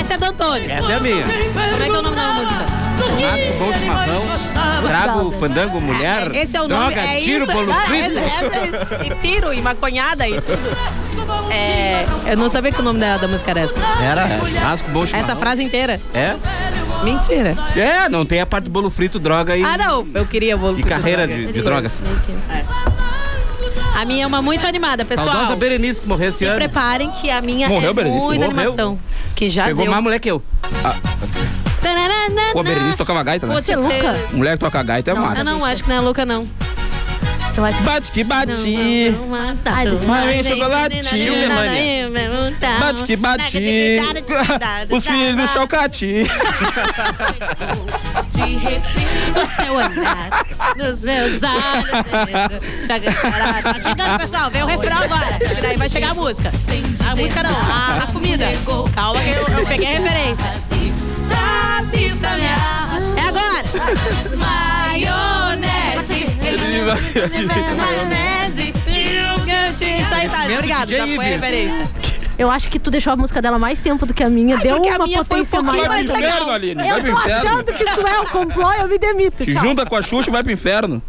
Speaker 4: Essa é do Antônio.
Speaker 8: Essa é a minha.
Speaker 4: Como é que é o nome da música?
Speaker 8: Churrasco, bom chimarrão, trago, fandango, mulher,
Speaker 4: É, Esse é o
Speaker 8: droga,
Speaker 4: nome. é
Speaker 8: tiro,
Speaker 4: isso,
Speaker 8: bolo
Speaker 4: Ah,
Speaker 8: frito.
Speaker 4: essa- essa- E tiro, e maconhada, e tudo. É, eu não sabia que o nome da, da música era essa.
Speaker 8: Era, é, churrasco, bom chimarrão.
Speaker 4: Essa frase inteira.
Speaker 8: É?
Speaker 4: Mentira.
Speaker 8: É, não tem a parte do bolo frito, droga e,
Speaker 4: Ah, não. Eu queria bolo.
Speaker 8: e carreira de, de drogas.
Speaker 4: A minha é uma muito animada, pessoal.
Speaker 8: Saudosa Berenice que morreu esse
Speaker 4: Se
Speaker 8: ano.
Speaker 4: preparem que a minha
Speaker 7: é? Morreu,
Speaker 4: é
Speaker 7: Berenice?
Speaker 4: muito
Speaker 8: Morreu?
Speaker 4: animação. Que já
Speaker 8: Pegou mais mulher que eu.
Speaker 7: Pô, a Ah. Berenice tocava gaita, né?
Speaker 6: Você é louca?
Speaker 7: Mulher que toca gaita é
Speaker 4: Eu
Speaker 7: massa.
Speaker 4: não acho que não é louca, não.
Speaker 6: Eu acho que
Speaker 7: Bate que
Speaker 4: Não,
Speaker 7: bate.
Speaker 4: não, não, não. é
Speaker 6: Ai, Deus.
Speaker 7: Mas vem chocolate,
Speaker 4: Melania. tá.
Speaker 7: Bate que bate. Os filhos do Chocati.
Speaker 4: No seu andar, nos meus olhos. Tá chegando, Tá chegando, pessoal. Vem o refrão agora. que Daí vai chegar a música. A música não, a, a comida. Calma que eu, eu peguei a referência. É agora. Maionese. Maionese. Isso aí, tá. Obrigado. Já foi a referência.
Speaker 6: Eu acho que tu deixou a música dela mais tempo do que a minha. Deu
Speaker 4: porque a
Speaker 6: uma
Speaker 4: minha foi um
Speaker 6: potência
Speaker 4: pouquinho
Speaker 6: maior.
Speaker 7: Vai
Speaker 4: mais
Speaker 7: pro
Speaker 4: legal.
Speaker 7: inferno, Aline. Vai
Speaker 6: Eu
Speaker 7: pro
Speaker 6: tô
Speaker 7: inferno.
Speaker 6: achando que isso é um complô, eu me demito.
Speaker 7: Te
Speaker 6: Tchau.
Speaker 7: junta com a Xuxa e vai pro inferno.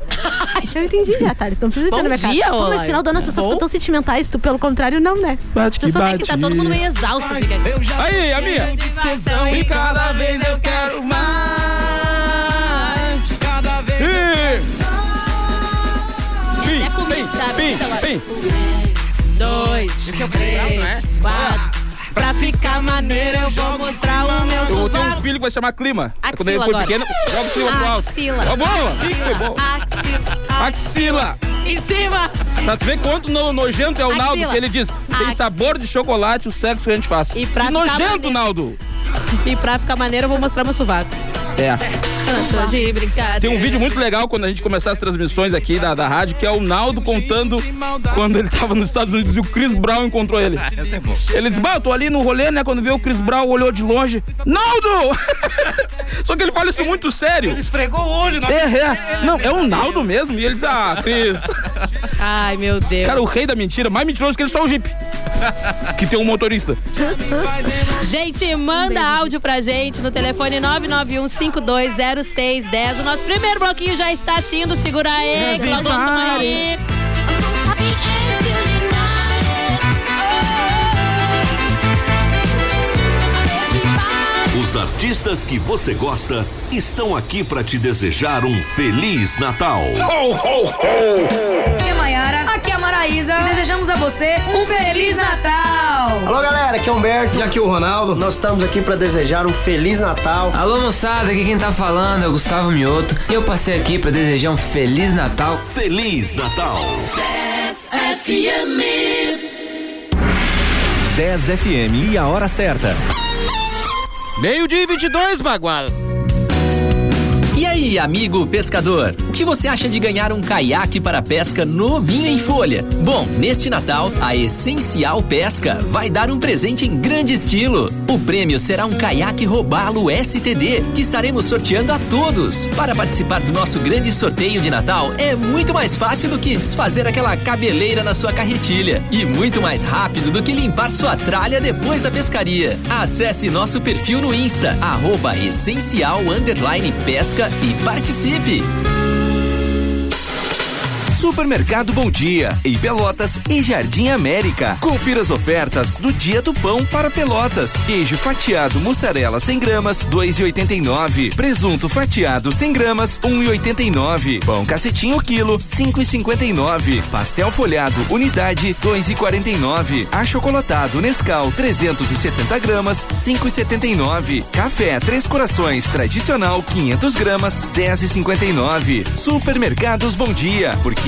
Speaker 6: Eu entendi já, Thales. Não precisa
Speaker 4: Bom
Speaker 6: entrar na minha
Speaker 4: dia,
Speaker 6: cara. Pô, mas
Speaker 4: Olai.
Speaker 6: no final do ano as pessoas ficam tão sentimentais. Tu, pelo contrário, não, né?
Speaker 7: Bate que
Speaker 4: Você só vê que
Speaker 7: bate.
Speaker 4: tá todo mundo meio exausto. Assim, que-
Speaker 7: Aí, a minha. E cada vez eu quero mais. Cada vez. Pim,
Speaker 4: É comigo, tá?
Speaker 7: pim,
Speaker 4: Então,
Speaker 7: pim, pim. é
Speaker 4: dois,
Speaker 7: né?
Speaker 4: três, quatro. Pra ficar maneiro, eu vou mostrar o meu
Speaker 7: Eu tenho um
Speaker 4: sovaco.
Speaker 7: filho que vai chamar Clima. É
Speaker 4: Axila
Speaker 7: Quando ele for
Speaker 4: agora.
Speaker 7: pequeno, joga o
Speaker 11: Ah,
Speaker 7: Clima pro alto.
Speaker 4: Axila.
Speaker 7: Ó, boa. Ih, foi bom.
Speaker 4: Axila.
Speaker 7: Axila.
Speaker 4: Em cima.
Speaker 7: Tá, tu vê quanto no- nojento é o
Speaker 4: Axila.
Speaker 7: Naldo que ele diz. Tem
Speaker 4: Axila.
Speaker 7: sabor de chocolate o sexo que a gente faz.
Speaker 4: E pra ficar
Speaker 7: que nojento,
Speaker 4: bonito.
Speaker 7: Naldo.
Speaker 4: E pra ficar maneiro, eu vou mostrar meu sovaco.
Speaker 7: É.
Speaker 4: Canto de brincadeira.
Speaker 7: Tem um vídeo muito legal quando a gente começar as transmissões aqui da, da rádio, que é o Naldo contando quando ele tava nos Estados Unidos e o Chris Brown encontrou ele.
Speaker 8: Essa é boa.
Speaker 7: Ele disse, bah, eu tô ali no rolê, né? Quando viu o Chris Brown, olhou de longe. Naldo! Só que ele fala isso muito sério. Ele esfregou o olho. É, é. Não, é o Naldo mesmo. E ele diz, ah, Chris.
Speaker 4: Ai, meu Deus.
Speaker 7: Cara, o rei da mentira. Mais mentiroso que ele, só o Jeep. Que tem um motorista.
Speaker 4: Gente, manda áudio pra gente no telefone 991-520610. O nosso primeiro bloquinho já está sendo. Segura aí, Claudão, toma aí.
Speaker 3: Os artistas que você gosta estão aqui para te desejar um feliz Natal.
Speaker 11: Aqui é Maiara, aqui é a Maraísa. E desejamos a você um Feliz Natal!
Speaker 12: Alô galera, aqui é o Humberto e aqui é o Ronaldo. Nós estamos aqui para desejar um Feliz Natal.
Speaker 2: Alô, moçada, aqui quem tá falando é o Gustavo Mioto. E eu passei aqui pra desejar um Feliz Natal.
Speaker 3: Feliz Natal.
Speaker 1: 10 FM e a hora certa.
Speaker 8: Meio-dia e 22, Bagual.
Speaker 2: E aí, amigo pescador? O que você acha de ganhar um caiaque para pesca novinho em folha? Bom, neste Natal, a Essencial Pesca vai dar um presente em grande estilo. O prêmio será um caiaque robalo STD, que estaremos sorteando a todos. Para participar do nosso grande sorteio de Natal, é muito mais fácil do que desfazer aquela cabeleira na sua carretilha e muito mais rápido do que limpar sua tralha depois da pescaria. Acesse nosso perfil no Insta, arroba essencial underline pesca e participe.
Speaker 1: Supermercado Bom Dia, em Pelotas e Jardim América. Confira as ofertas do Dia do Pão para Pelotas. Queijo fatiado mussarela 100 gramas, 2,89. Presunto fatiado 100 gramas, 1,89. Pão cacetinho quilo, 5,59. Pastel folhado unidade, 2,49. Achocolatado Nescau 370 gramas, 5,79. Café Três Corações tradicional 500 gramas, 10,59. Supermercados Bom Dia, porque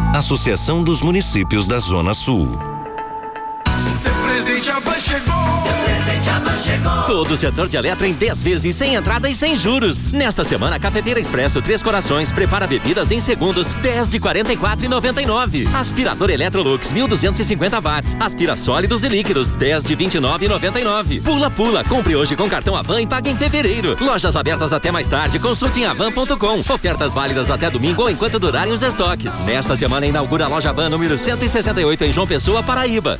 Speaker 13: Associação dos Municípios da Zona Sul.
Speaker 10: Seu presente a van chegou. Seu presente a van chegou.
Speaker 14: Todo o setor de Eletra em 10 vezes sem entrada e sem juros. Nesta semana, a Cafeteira Expresso Três Corações prepara bebidas em segundos, 10 de 44,99. Aspirador Electrolux 1250 watts, aspira sólidos e líquidos, 10 de 29,99. Pula pula, compre hoje com cartão Avan e pague em fevereiro. Lojas abertas até mais tarde, consulte em avan.com. Ofertas válidas até domingo ou enquanto durarem os estoques. Nesta semana inaugura a loja Avan número 168 em João Pessoa, Paraíba.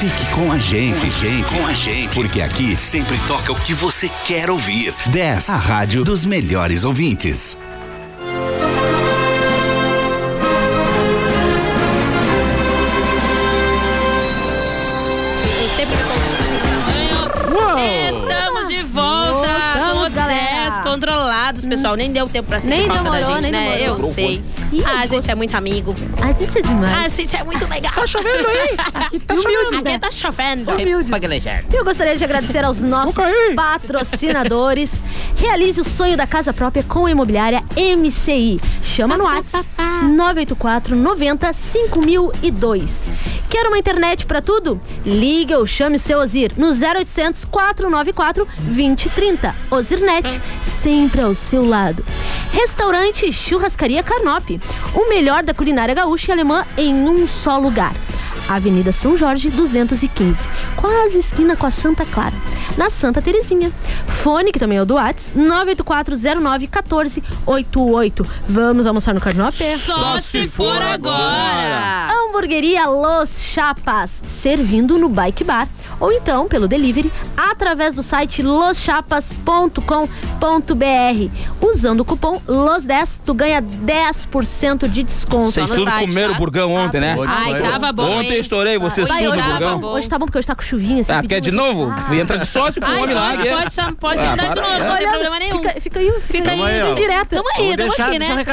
Speaker 15: Fique com a gente, gente. Com a gente. Porque aqui sempre toca o que você quer ouvir. 10. A rádio dos melhores ouvintes.
Speaker 4: Estamos de volta com os 10 controlados, pessoal. Nem deu tempo pra sentir
Speaker 6: Nem
Speaker 4: falta
Speaker 6: demorou,
Speaker 4: da gente,
Speaker 6: nem
Speaker 4: né?
Speaker 6: demorou.
Speaker 4: Eu sei. ah, a gente é muito amigo.
Speaker 6: A gente é demais.
Speaker 4: A gente é muito legal. Tá chovendo aí? Aqui tá chovendo.
Speaker 6: né?
Speaker 4: Aqui tá chovendo.
Speaker 6: E eu gostaria de agradecer aos nossos patrocinadores. Realize o sonho da casa própria com a imobiliária MCI. Chama no WhatsApp 984 90 5002. Quer uma internet pra tudo? Ligue ou chame o seu Ozir no 0800 494 2030. Ozirnet, sempre ao seu lado. Restaurante Churrascaria Carnop. O melhor da culinária gaúcha e alemã em um só lugar. Avenida São Jorge, 215, quase esquina com a Santa Clara, na Santa Terezinha. Fone, que também é o do Whats, 984091488. Vamos almoçar no Carnopé?
Speaker 4: Só se for agora.
Speaker 6: Hamburgueria Los Chapas, servindo no Bike Bar ou então pelo delivery através do site loschapas.com.br. Usando o cupom LOS10, tu ganha 10% de desconto.
Speaker 7: Vocês
Speaker 6: no
Speaker 7: tudo
Speaker 6: site,
Speaker 7: comeram
Speaker 6: tá?
Speaker 7: burgão ontem, né?
Speaker 6: Ai, tava bom,
Speaker 7: Ontem
Speaker 6: hein?
Speaker 7: estourei, vocês
Speaker 6: Vai,
Speaker 7: tudo
Speaker 6: hoje tá
Speaker 7: burgão.
Speaker 6: bom, hoje tá bom porque hoje tá com chuvinha. assim,
Speaker 7: Tá, quer de
Speaker 6: pediu-
Speaker 7: novo? Fui entrar de sócio pro
Speaker 6: Ai,
Speaker 7: homem lá.
Speaker 6: pode,
Speaker 7: que é-
Speaker 6: pode chamar,
Speaker 4: pode
Speaker 7: Ah,
Speaker 4: mandar de
Speaker 7: para,
Speaker 4: novo,
Speaker 7: é.
Speaker 4: não tem problema nenhum.
Speaker 6: Fica, fica aí, fica,
Speaker 7: Tamo
Speaker 6: aí,
Speaker 7: aí, ó.
Speaker 6: indireta.
Speaker 4: Tamo aí, tamo aqui, né?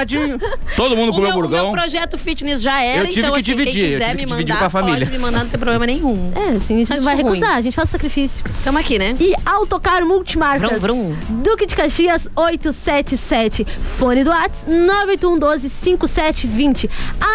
Speaker 7: Todo mundo comeu burgão.
Speaker 4: O projeto fitness já era,
Speaker 7: Eu tive
Speaker 4: então
Speaker 7: que
Speaker 4: assim,
Speaker 7: dividir,
Speaker 4: quem
Speaker 7: eu
Speaker 4: quiser
Speaker 7: tive
Speaker 4: me
Speaker 7: que dividir
Speaker 4: mandar,
Speaker 7: com a família.
Speaker 4: pode me mandar, não tem problema nenhum.
Speaker 6: É, assim, a gente não
Speaker 4: Acho
Speaker 6: vai
Speaker 4: ruim.
Speaker 6: recusar, a gente faz o sacrifício.
Speaker 4: Tamo aqui, né?
Speaker 6: E Autocar Multimarcas.
Speaker 4: Vrum,
Speaker 6: Duque de Caxias 877. Fone do Whats 981125720.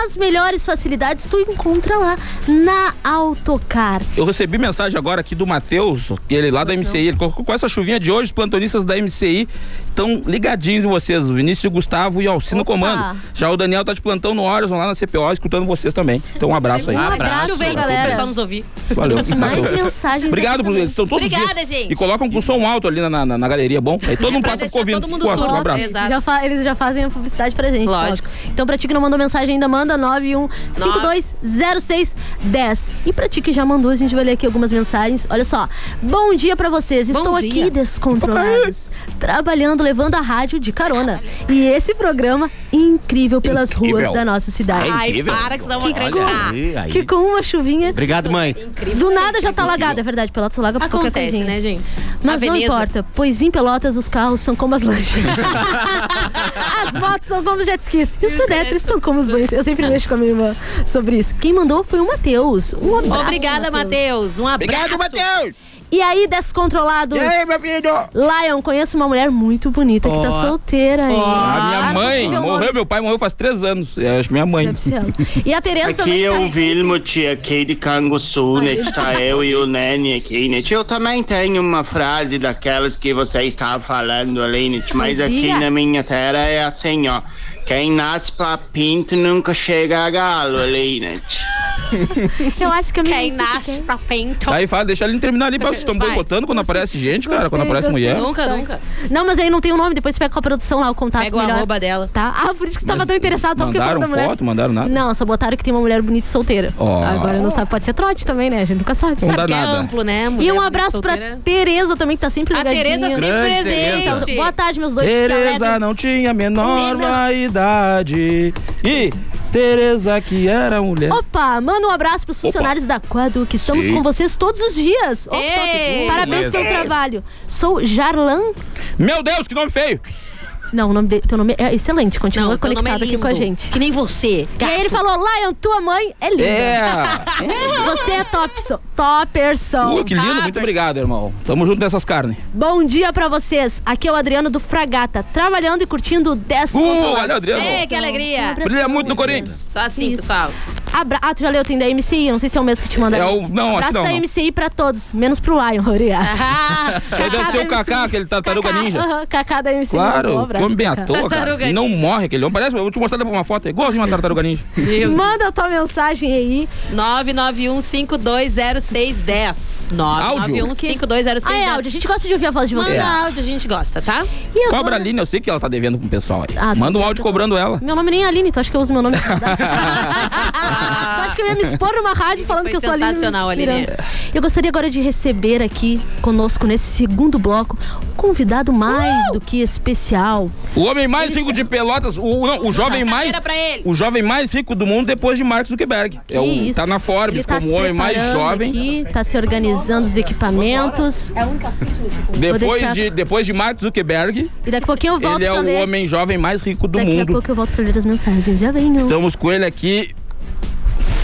Speaker 6: As melhores facilidades tu encontra lá na Autocar.
Speaker 7: Eu recebi mensagem agora aqui do Matheus, ele é lá da MCI. Ele colocou com essa chuvinha de hoje, os plantonistas da MCI estão ligadinhos em vocês. O Vinícius e o Gustavo e o Alcino Comando. Já o Daniel tá de plantão no Horizon lá na CPO, escutando vocês também. Então um abraço aí.
Speaker 4: Um abraço, chuveiro,
Speaker 6: galera.
Speaker 4: pro pessoal nos ouvir.
Speaker 7: Valeu.
Speaker 6: Mais
Speaker 7: Matheus.
Speaker 6: mensagens.
Speaker 7: Obrigado,
Speaker 6: aqui
Speaker 7: por
Speaker 6: também.
Speaker 7: eles estão todos os
Speaker 6: Obrigada,
Speaker 7: dias.
Speaker 6: gente.
Speaker 7: E colocam com som alto ali na, na, na galeria, bom? Aí todo mundo passa por ouvindo. Gosto, um abraço.
Speaker 6: Já fa- eles já fazem a publicidade pra gente.
Speaker 4: Lógico.
Speaker 6: Fausto. Então, pra ti que não mandou mensagem ainda, manda 91520610. E pra ti que já mandou, a gente vai ler aqui algumas mensagens. Olha só. Bom dia pra vocês.
Speaker 4: Bom
Speaker 6: Estou
Speaker 4: dia.
Speaker 6: aqui descontrolados, trabalhando, levando a rádio de carona. E esse programa incrível pelas
Speaker 8: Incrível.
Speaker 6: ruas da nossa cidade.
Speaker 8: É incrível. Ai, para que vocês não vão acreditar. Olha aí, aí.
Speaker 6: Que com uma chuvinha.
Speaker 8: Obrigado, mãe.
Speaker 6: Do nada já tá alagado, é verdade. Pelotas alaga por qualquer
Speaker 4: Acontece,
Speaker 6: coisinha.
Speaker 4: né, gente?
Speaker 6: Mas
Speaker 4: A
Speaker 6: não
Speaker 4: Veneza.
Speaker 6: importa, pois em Pelotas os carros são como as lanchas. as motos são como os jet skis. E os pedestres são como os banhos. Eu sempre mexo com a minha irmã sobre isso. Quem mandou foi o Matheus. Um abraço,
Speaker 4: Obrigada, Matheus. Um abraço.
Speaker 6: Obrigado, Matheus. E aí, descontrolados?
Speaker 4: E aí,
Speaker 7: meu filho?
Speaker 6: Lion, conheço uma mulher muito bonita que tá
Speaker 7: Ó.
Speaker 6: solteira aí.
Speaker 7: A
Speaker 6: Ah,
Speaker 7: minha mãe
Speaker 6: possível,
Speaker 7: morreu, meu pai morreu faz três anos. Eu acho que minha mãe.
Speaker 6: E a Tereza
Speaker 16: Aqui
Speaker 6: também
Speaker 16: é
Speaker 6: tá
Speaker 16: o Vilmut, aqui de Canguçu, né? Está eu e o Nene aqui, né? Eu também tenho uma frase daquelas que você estava falando ali, né? Mas
Speaker 17: Diga.
Speaker 16: aqui na minha terra é assim, ó. Quem nasce pra pinto nunca chega a galo ali, né?
Speaker 6: Eu acho que eu me
Speaker 4: Quem nasce pra pinto.
Speaker 7: Aí fala, deixa ele terminar ali, pra- vocês estão boicotando quando aparece gente, cara, quando aparece mulher.
Speaker 4: Nunca, nunca.
Speaker 6: Então, Não, mas aí não tem o nome, depois pega com a produção lá o contato
Speaker 4: Pega o
Speaker 6: melhor.
Speaker 4: arroba dela.
Speaker 6: Tá? Ah, por isso que você tava tão interessado, só porque eu
Speaker 7: Mandaram
Speaker 6: da mulher.
Speaker 7: foto, mandaram nada.
Speaker 6: Não, só botaram que tem uma mulher bonita e solteira.
Speaker 7: Ó.
Speaker 6: Agora não sabe, pode ser trote também, né? A gente nunca sabe.
Speaker 7: Não Sabe dá que é nada.
Speaker 4: amplo, né?
Speaker 6: E
Speaker 4: Mulher
Speaker 6: um
Speaker 4: bonita
Speaker 6: abraço pra
Speaker 4: solteira.
Speaker 6: Tereza também, que tá sempre
Speaker 4: A
Speaker 6: ligadinha. Então,
Speaker 4: Tereza sempre Grande presente. Tereza.
Speaker 6: Boa tarde, meus dois. é
Speaker 7: Tereza não tinha a menor
Speaker 6: Tereza.
Speaker 7: vaidade. E Tereza que era mulher.
Speaker 6: Opa, manda um abraço pros funcionários da Quadu, que estamos
Speaker 7: Sim.
Speaker 6: com vocês todos os dias. Opa,
Speaker 4: Ei!
Speaker 6: parabéns pelo
Speaker 7: Beleza.
Speaker 6: trabalho. Sou Jarlan.
Speaker 7: Meu Deus, que nome feio!
Speaker 6: Não, o nome dele, teu nome é excelente, continua
Speaker 4: Não, teu nome é
Speaker 6: conectado aqui
Speaker 4: lindo,
Speaker 6: com a gente.
Speaker 4: Que nem você.
Speaker 6: E aí ele falou, Lion, tua mãe é linda.
Speaker 7: É.
Speaker 6: Você é topson, topperson.
Speaker 7: Pô, Uh, que
Speaker 4: Tá.
Speaker 7: lindo, muito obrigado, irmão. Tamo junto nessas carnes.
Speaker 6: Bom dia pra vocês. Aqui é o Adriano do Fragata, trabalhando e curtindo o 10
Speaker 7: Uh,
Speaker 6: Controlados.
Speaker 7: valeu, Adriano.
Speaker 4: Ei, É, que
Speaker 6: Um
Speaker 4: alegria.
Speaker 7: Brilha muito no Corinthians.
Speaker 4: Só assim, pessoal.
Speaker 6: Abra... Ah, tu já leu, tem da MCI, eu não sei se é o mesmo que te mandaram.
Speaker 7: É o- não, acho
Speaker 6: Abraço
Speaker 7: que não,
Speaker 6: da
Speaker 7: não.
Speaker 6: MCI pra todos, menos pro Lion, obrigado.
Speaker 7: Aí deve ser o Kaká, aquele tartaruga ninja.
Speaker 6: Aham, Kaká da MCI.
Speaker 7: Claro,
Speaker 6: um abraço,
Speaker 7: come bem à
Speaker 6: Kaká.
Speaker 7: toa, cara. E não morre aquele homem. Parece, eu vou te mostrar depois uma foto. É igualzinho uma tartaruga ninja.
Speaker 6: Manda a tua mensagem aí.
Speaker 4: 991-520610.
Speaker 7: Áudio?
Speaker 4: 991-520610.
Speaker 6: Ah, é áudio, a gente gosta de ouvir a voz de vocês.
Speaker 4: Manda
Speaker 7: É.
Speaker 4: áudio, a gente gosta, tá?
Speaker 7: Cobra a Aline, eu sei que ela tá devendo com o pessoal aí.
Speaker 6: Ah, tá
Speaker 7: Manda um áudio cobrando ela.
Speaker 6: Meu nome nem é Aline, tu acha que eu uso meu nome? pra mandar? tu acha que eu ia me expor numa rádio falando
Speaker 4: Foi
Speaker 6: que eu sou Aline?
Speaker 4: sensacional, né? Aline.
Speaker 6: Miranda? Eu gostaria agora de receber aqui conosco, nesse segundo bloco, um convidado mais do que especial.
Speaker 7: O homem mais rico de Pelotas, o, o- não, o jovem mais.
Speaker 4: pra ele.
Speaker 7: O jovem mais rico do mundo depois de Mark Zuckerberg. é o,
Speaker 6: isso?
Speaker 7: Tá na Forbes
Speaker 6: Ele tá
Speaker 7: como
Speaker 6: se
Speaker 7: o homem mais
Speaker 6: preparando
Speaker 7: jovem.
Speaker 6: Aqui, tá se organizando os equipamentos. É a única
Speaker 7: Depois, de, depois de Mark Zuckerberg,
Speaker 6: E daqui a pouquinho eu volto
Speaker 7: ele é
Speaker 6: pra
Speaker 7: o
Speaker 6: ler.
Speaker 7: homem jovem mais rico do
Speaker 6: daqui a
Speaker 7: mundo.
Speaker 6: pouco eu volto pra ler as mensagens. Já venho.
Speaker 7: Estamos com ele aqui.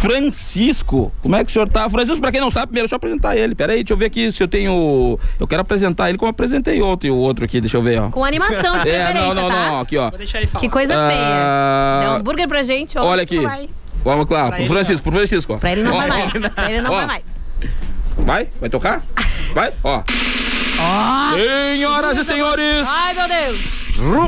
Speaker 7: Francisco, como é que o senhor tá? Francisco, pra quem não sabe, primeiro deixa eu apresentar ele. Pera aí, deixa eu ver aqui se eu tenho. Eu quero apresentar ele como eu apresentei ontem o outro aqui, deixa eu ver, ó.
Speaker 4: Com animação de
Speaker 7: É, não,
Speaker 4: preferência,
Speaker 7: não,
Speaker 4: tá?
Speaker 7: não, aqui, ó.
Speaker 4: Que coisa
Speaker 7: Ah,
Speaker 4: feia. Deu um hambúrguer pra gente. ó.
Speaker 7: Olha aqui.
Speaker 4: Vai.
Speaker 7: Vamos lá, pro
Speaker 4: ele
Speaker 7: Francisco, pro Francisco, ó.
Speaker 4: Pra ele não
Speaker 7: Ó,
Speaker 4: vai
Speaker 7: ó.
Speaker 4: mais. Pra ele não
Speaker 7: Ó,
Speaker 4: vai mais.
Speaker 7: Vai? Vai tocar? Vai? Ó. Senhoras e senhores,
Speaker 4: Ai, meu Deus.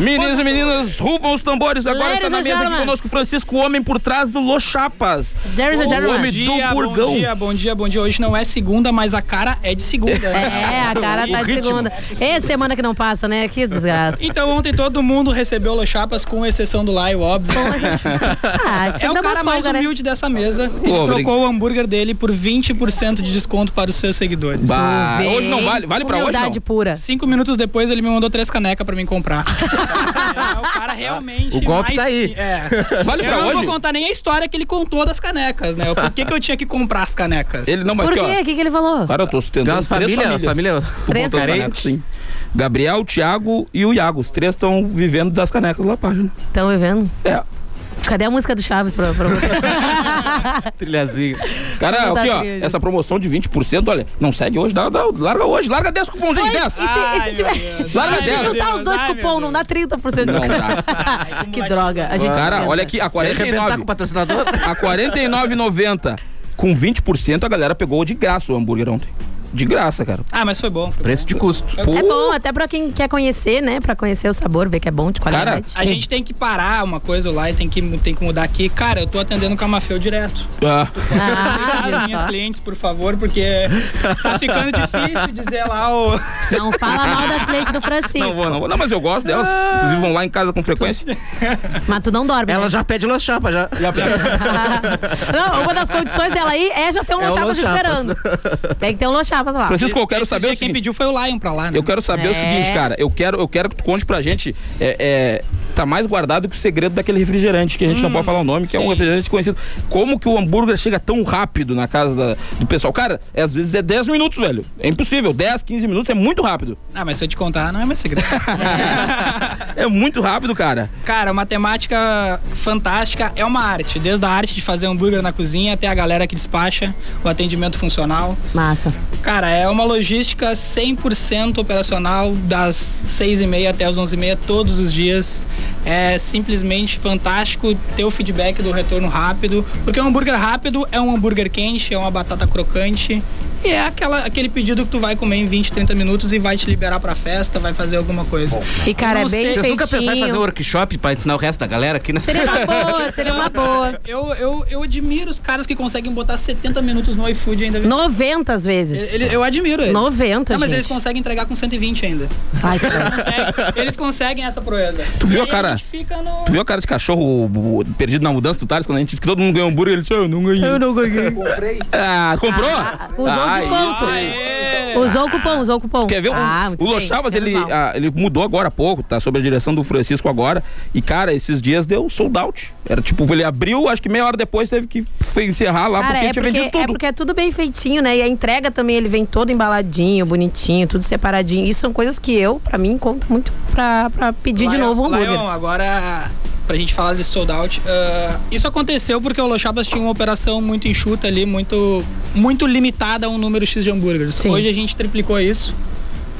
Speaker 7: meninos e meninas, rufam os tambores. Agora
Speaker 4: Ladies
Speaker 7: está na
Speaker 4: and
Speaker 7: mesa aqui
Speaker 4: gentlemen.
Speaker 7: conosco o Francisco, o homem por trás do Los Chapas.
Speaker 4: There's a
Speaker 7: o
Speaker 4: gentleman.
Speaker 7: homem
Speaker 17: dia, Bom
Speaker 7: do burgão.
Speaker 17: dia, bom dia, bom dia. Hoje não é segunda, mas a cara é de segunda.
Speaker 4: É, a cara tá de segunda. Ê, semana que não passa, né? Que desgraça.
Speaker 17: Então ontem todo mundo recebeu Los Chapas, com exceção do Laio, óbvio.
Speaker 4: Ah,
Speaker 17: é
Speaker 4: tinha que
Speaker 17: o
Speaker 4: dar uma
Speaker 17: cara mais
Speaker 4: folga, né?
Speaker 17: humilde dessa mesa. Ele
Speaker 7: Pô, obrigado.
Speaker 17: trocou o hambúrguer dele por 20% de desconto para os seus seguidores.
Speaker 7: Bah, Tu vê, hoje não vale- vale pra hoje, humildade não?
Speaker 4: pura.
Speaker 17: Cinco minutos depois ele me mandou três canecas para mim comprar.
Speaker 8: O golpe
Speaker 17: Mas
Speaker 8: tá aí.
Speaker 17: sim, é.
Speaker 7: Vale
Speaker 17: eu
Speaker 7: pra
Speaker 17: não
Speaker 7: hoje?
Speaker 17: vou contar nem a história que ele contou das canecas, né? Por que, que eu tinha que comprar as canecas?
Speaker 7: Ele não, mas
Speaker 4: Por
Speaker 7: aqui,
Speaker 4: quê?
Speaker 7: ó.
Speaker 4: O que, que ele falou?
Speaker 7: Cara, eu tô sustentando
Speaker 8: Tem umas
Speaker 7: três
Speaker 8: família-
Speaker 7: famílias.
Speaker 8: família-
Speaker 7: Tu
Speaker 4: Três?
Speaker 7: contou as canecas, sim. Gabriel, Thiago e o Iago. Os três estão vivendo das canecas lá página.
Speaker 4: Estão vivendo?
Speaker 7: É.
Speaker 4: Cadê a música do Chaves pra, pra você?
Speaker 7: Trilhazinho. Cara,
Speaker 4: Vamos
Speaker 7: aqui,
Speaker 4: dar
Speaker 7: ó.
Speaker 4: trilha.
Speaker 7: Essa promoção de 20%, olha, não segue hoje, dá, dá- larga hoje, larga 10 cupomzinhos,
Speaker 4: Pois,
Speaker 7: 10.
Speaker 4: e se- e se tiver-
Speaker 7: Larga
Speaker 4: Se
Speaker 7: 10.
Speaker 4: juntar os dois cupom, não dá 30% de
Speaker 7: Não
Speaker 4: desconto. que droga. A gente
Speaker 7: Cara,
Speaker 4: inventa.
Speaker 7: olha aqui, a 49.
Speaker 8: arrebentar com o patrocinador?
Speaker 7: A 49,90. Com 20% a galera pegou de graça o hambúrguer ontem. De graça, cara.
Speaker 17: Ah, mas foi bom.
Speaker 7: Preço de custo.
Speaker 4: É bom, até pra quem quer conhecer, né? Pra conhecer o sabor, ver que é bom de qualidade.
Speaker 17: a gente tem que parar uma coisa lá e tem que, tem que mudar aqui. Cara, eu tô atendendo o Camafeu direto.
Speaker 4: Ah,
Speaker 17: As minhas clientes, por favor, porque tá ficando difícil dizer lá o.
Speaker 4: Não fala mal das
Speaker 8: Ah,
Speaker 4: Ah. clientes do Francisco.
Speaker 7: Não vou, não vou. Não, mas eu gosto delas. Inclusive vão lá em casa com frequência.
Speaker 4: Mas tu não dorme. né?
Speaker 8: Ela já pede los chapa, já.
Speaker 4: Não, uma das condições dela aí é já ter um
Speaker 7: É o
Speaker 4: Lochapas te
Speaker 7: Los Chapas.
Speaker 4: esperando. Tem que ter um Lochapas lá.
Speaker 7: Francisco, eu quero saber o
Speaker 17: Quem
Speaker 7: seguinte.
Speaker 17: pediu foi o Lion pra lá, né?
Speaker 7: Eu quero saber o
Speaker 4: É.
Speaker 7: seguinte, cara. Eu quero, eu quero que tu conte pra gente. É, é, tá mais guardado que o segredo daquele refrigerante, que a gente
Speaker 17: Hum,
Speaker 7: não pode falar o nome, que é um refrigerante conhecido. Como que o hambúrguer chega tão rápido na casa da- do pessoal? Cara, é, às vezes é 10 minutos, velho. É impossível. 10, 15 minutos é muito rápido.
Speaker 17: Ah, mas se eu te contar, não é mais segredo.
Speaker 7: É muito rápido, cara.
Speaker 17: Cara, matemática fantástica é uma arte. Desde a arte de fazer hambúrguer na cozinha até a galera que despacha, o atendimento funcional.
Speaker 4: Massa.
Speaker 17: Cara, é uma logística 100% operacional das 6h30 até as 11h30 todos os dias. É simplesmente fantástico ter o feedback do retorno rápido, porque um hambúrguer rápido é um hambúrguer quente, é uma batata crocante E é aquela, aquele pedido que tu vai comer em 20, 30 minutos e vai te liberar pra festa, vai fazer alguma coisa.
Speaker 4: E, cara,
Speaker 17: Eu
Speaker 4: é
Speaker 17: não
Speaker 4: bem
Speaker 17: sei-
Speaker 8: Vocês nunca pensaram em fazer um workshop pra ensinar o resto da galera aqui né? na
Speaker 17: Seria uma boa,
Speaker 4: seria uma boa.
Speaker 17: Eu, eu, eu admiro os caras que conseguem botar 70 minutos no iFood ainda.
Speaker 4: 90 às vezes.
Speaker 17: Ele- eu admiro eles.
Speaker 4: 90,
Speaker 17: Não, mas
Speaker 4: gente.
Speaker 17: eles conseguem entregar com 120 ainda.
Speaker 4: Ai,
Speaker 17: eles conseguem essa proeza.
Speaker 7: Tu viu a
Speaker 17: E aí
Speaker 7: cara?
Speaker 17: gente fica no...
Speaker 7: Tu viu a cara de cachorro o- o- perdido na mudança do Thales quando a gente disse que todo mundo ganhou um hambúrguer? Ele disse: Eu não ganhei.
Speaker 4: Eu não ganhei.
Speaker 7: Comprei. Ah, comprou?
Speaker 4: Usou o
Speaker 7: Ah,
Speaker 4: desconto. Usou o cupom, usou o cupom.
Speaker 7: Quer ver? o-
Speaker 4: Ah, muito
Speaker 7: o Los
Speaker 4: bem,
Speaker 7: Chavas,
Speaker 4: menos
Speaker 7: ele,
Speaker 4: mal.
Speaker 7: ah, ele mudou agora há pouco, tá sob a direção do Francisco agora. E, cara, esses dias deu sold out. Era tipo, ele abriu, acho que meia hora depois teve que fe- encerrar lá
Speaker 4: Cara,
Speaker 7: porque
Speaker 4: é
Speaker 7: tinha
Speaker 4: porque,
Speaker 7: vendido tudo.
Speaker 4: é porque é tudo bem feitinho, né? E a entrega também, ele vem todo embaladinho, bonitinho, tudo separadinho. Isso são coisas que eu, pra mim, conto muito pra, pra pedir de
Speaker 17: Lion-
Speaker 4: novo o hambúrguer.
Speaker 17: Lion, agora, pra gente falar de sold out, ah, isso aconteceu porque o Los Chapas tinha uma operação muito enxuta ali, muito, muito limitada a um número X de hambúrgueres. Hoje a gente triplicou isso.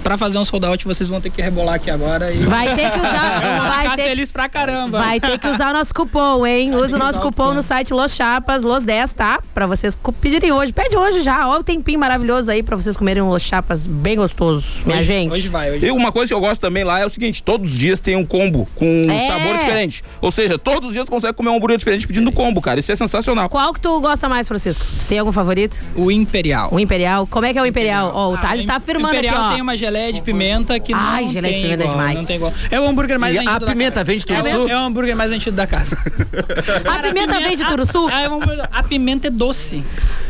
Speaker 17: Pra fazer um sold out, vocês vão ter que rebolar aqui agora. E...
Speaker 4: Vai ter que usar.
Speaker 17: Eu vou
Speaker 4: vai
Speaker 17: ficar
Speaker 4: ter,
Speaker 17: é feliz pra caramba.
Speaker 4: Vai ter que usar o nosso cupom, hein?
Speaker 17: Vai ter
Speaker 4: Usa o
Speaker 17: que
Speaker 4: nosso
Speaker 17: usar o
Speaker 4: cupom no site Los Chapas, Los 10, tá? Pra vocês cu- pedirem hoje. Pede hoje já. Ó, o tempinho maravilhoso aí pra vocês comerem um Los Chapas bem gostoso, minha
Speaker 7: Hoje-
Speaker 4: gente.
Speaker 7: E uma coisa que eu gosto também lá é o seguinte: todos os dias tem um combo com um
Speaker 4: É.
Speaker 7: sabor diferente. Ou seja, todos os dias tu consegue comer um hambúrguer diferente pedindo combo, cara. Isso é sensacional.
Speaker 4: Qual que tu gosta mais, Francisco? Tu tem algum favorito?
Speaker 17: O Imperial.
Speaker 4: O Imperial? Como é que é o Imperial? Ó, o Thales tá afirmando
Speaker 17: Imperial
Speaker 4: aqui, ó.
Speaker 17: tem uma geleia de pimenta que
Speaker 4: Ai,
Speaker 17: não
Speaker 4: geleia de
Speaker 17: tem
Speaker 4: pimenta é
Speaker 17: igual,
Speaker 4: demais.
Speaker 17: Não tem igual. É o hambúrguer mais
Speaker 4: E a
Speaker 17: antigo da
Speaker 4: pimenta
Speaker 17: casa.
Speaker 4: vende
Speaker 17: é,
Speaker 4: tudo
Speaker 17: mesmo?
Speaker 4: sul?
Speaker 17: é o hambúrguer mais antigo da casa.
Speaker 4: A pimenta vem de Turuçu?
Speaker 17: A, um a pimenta é doce.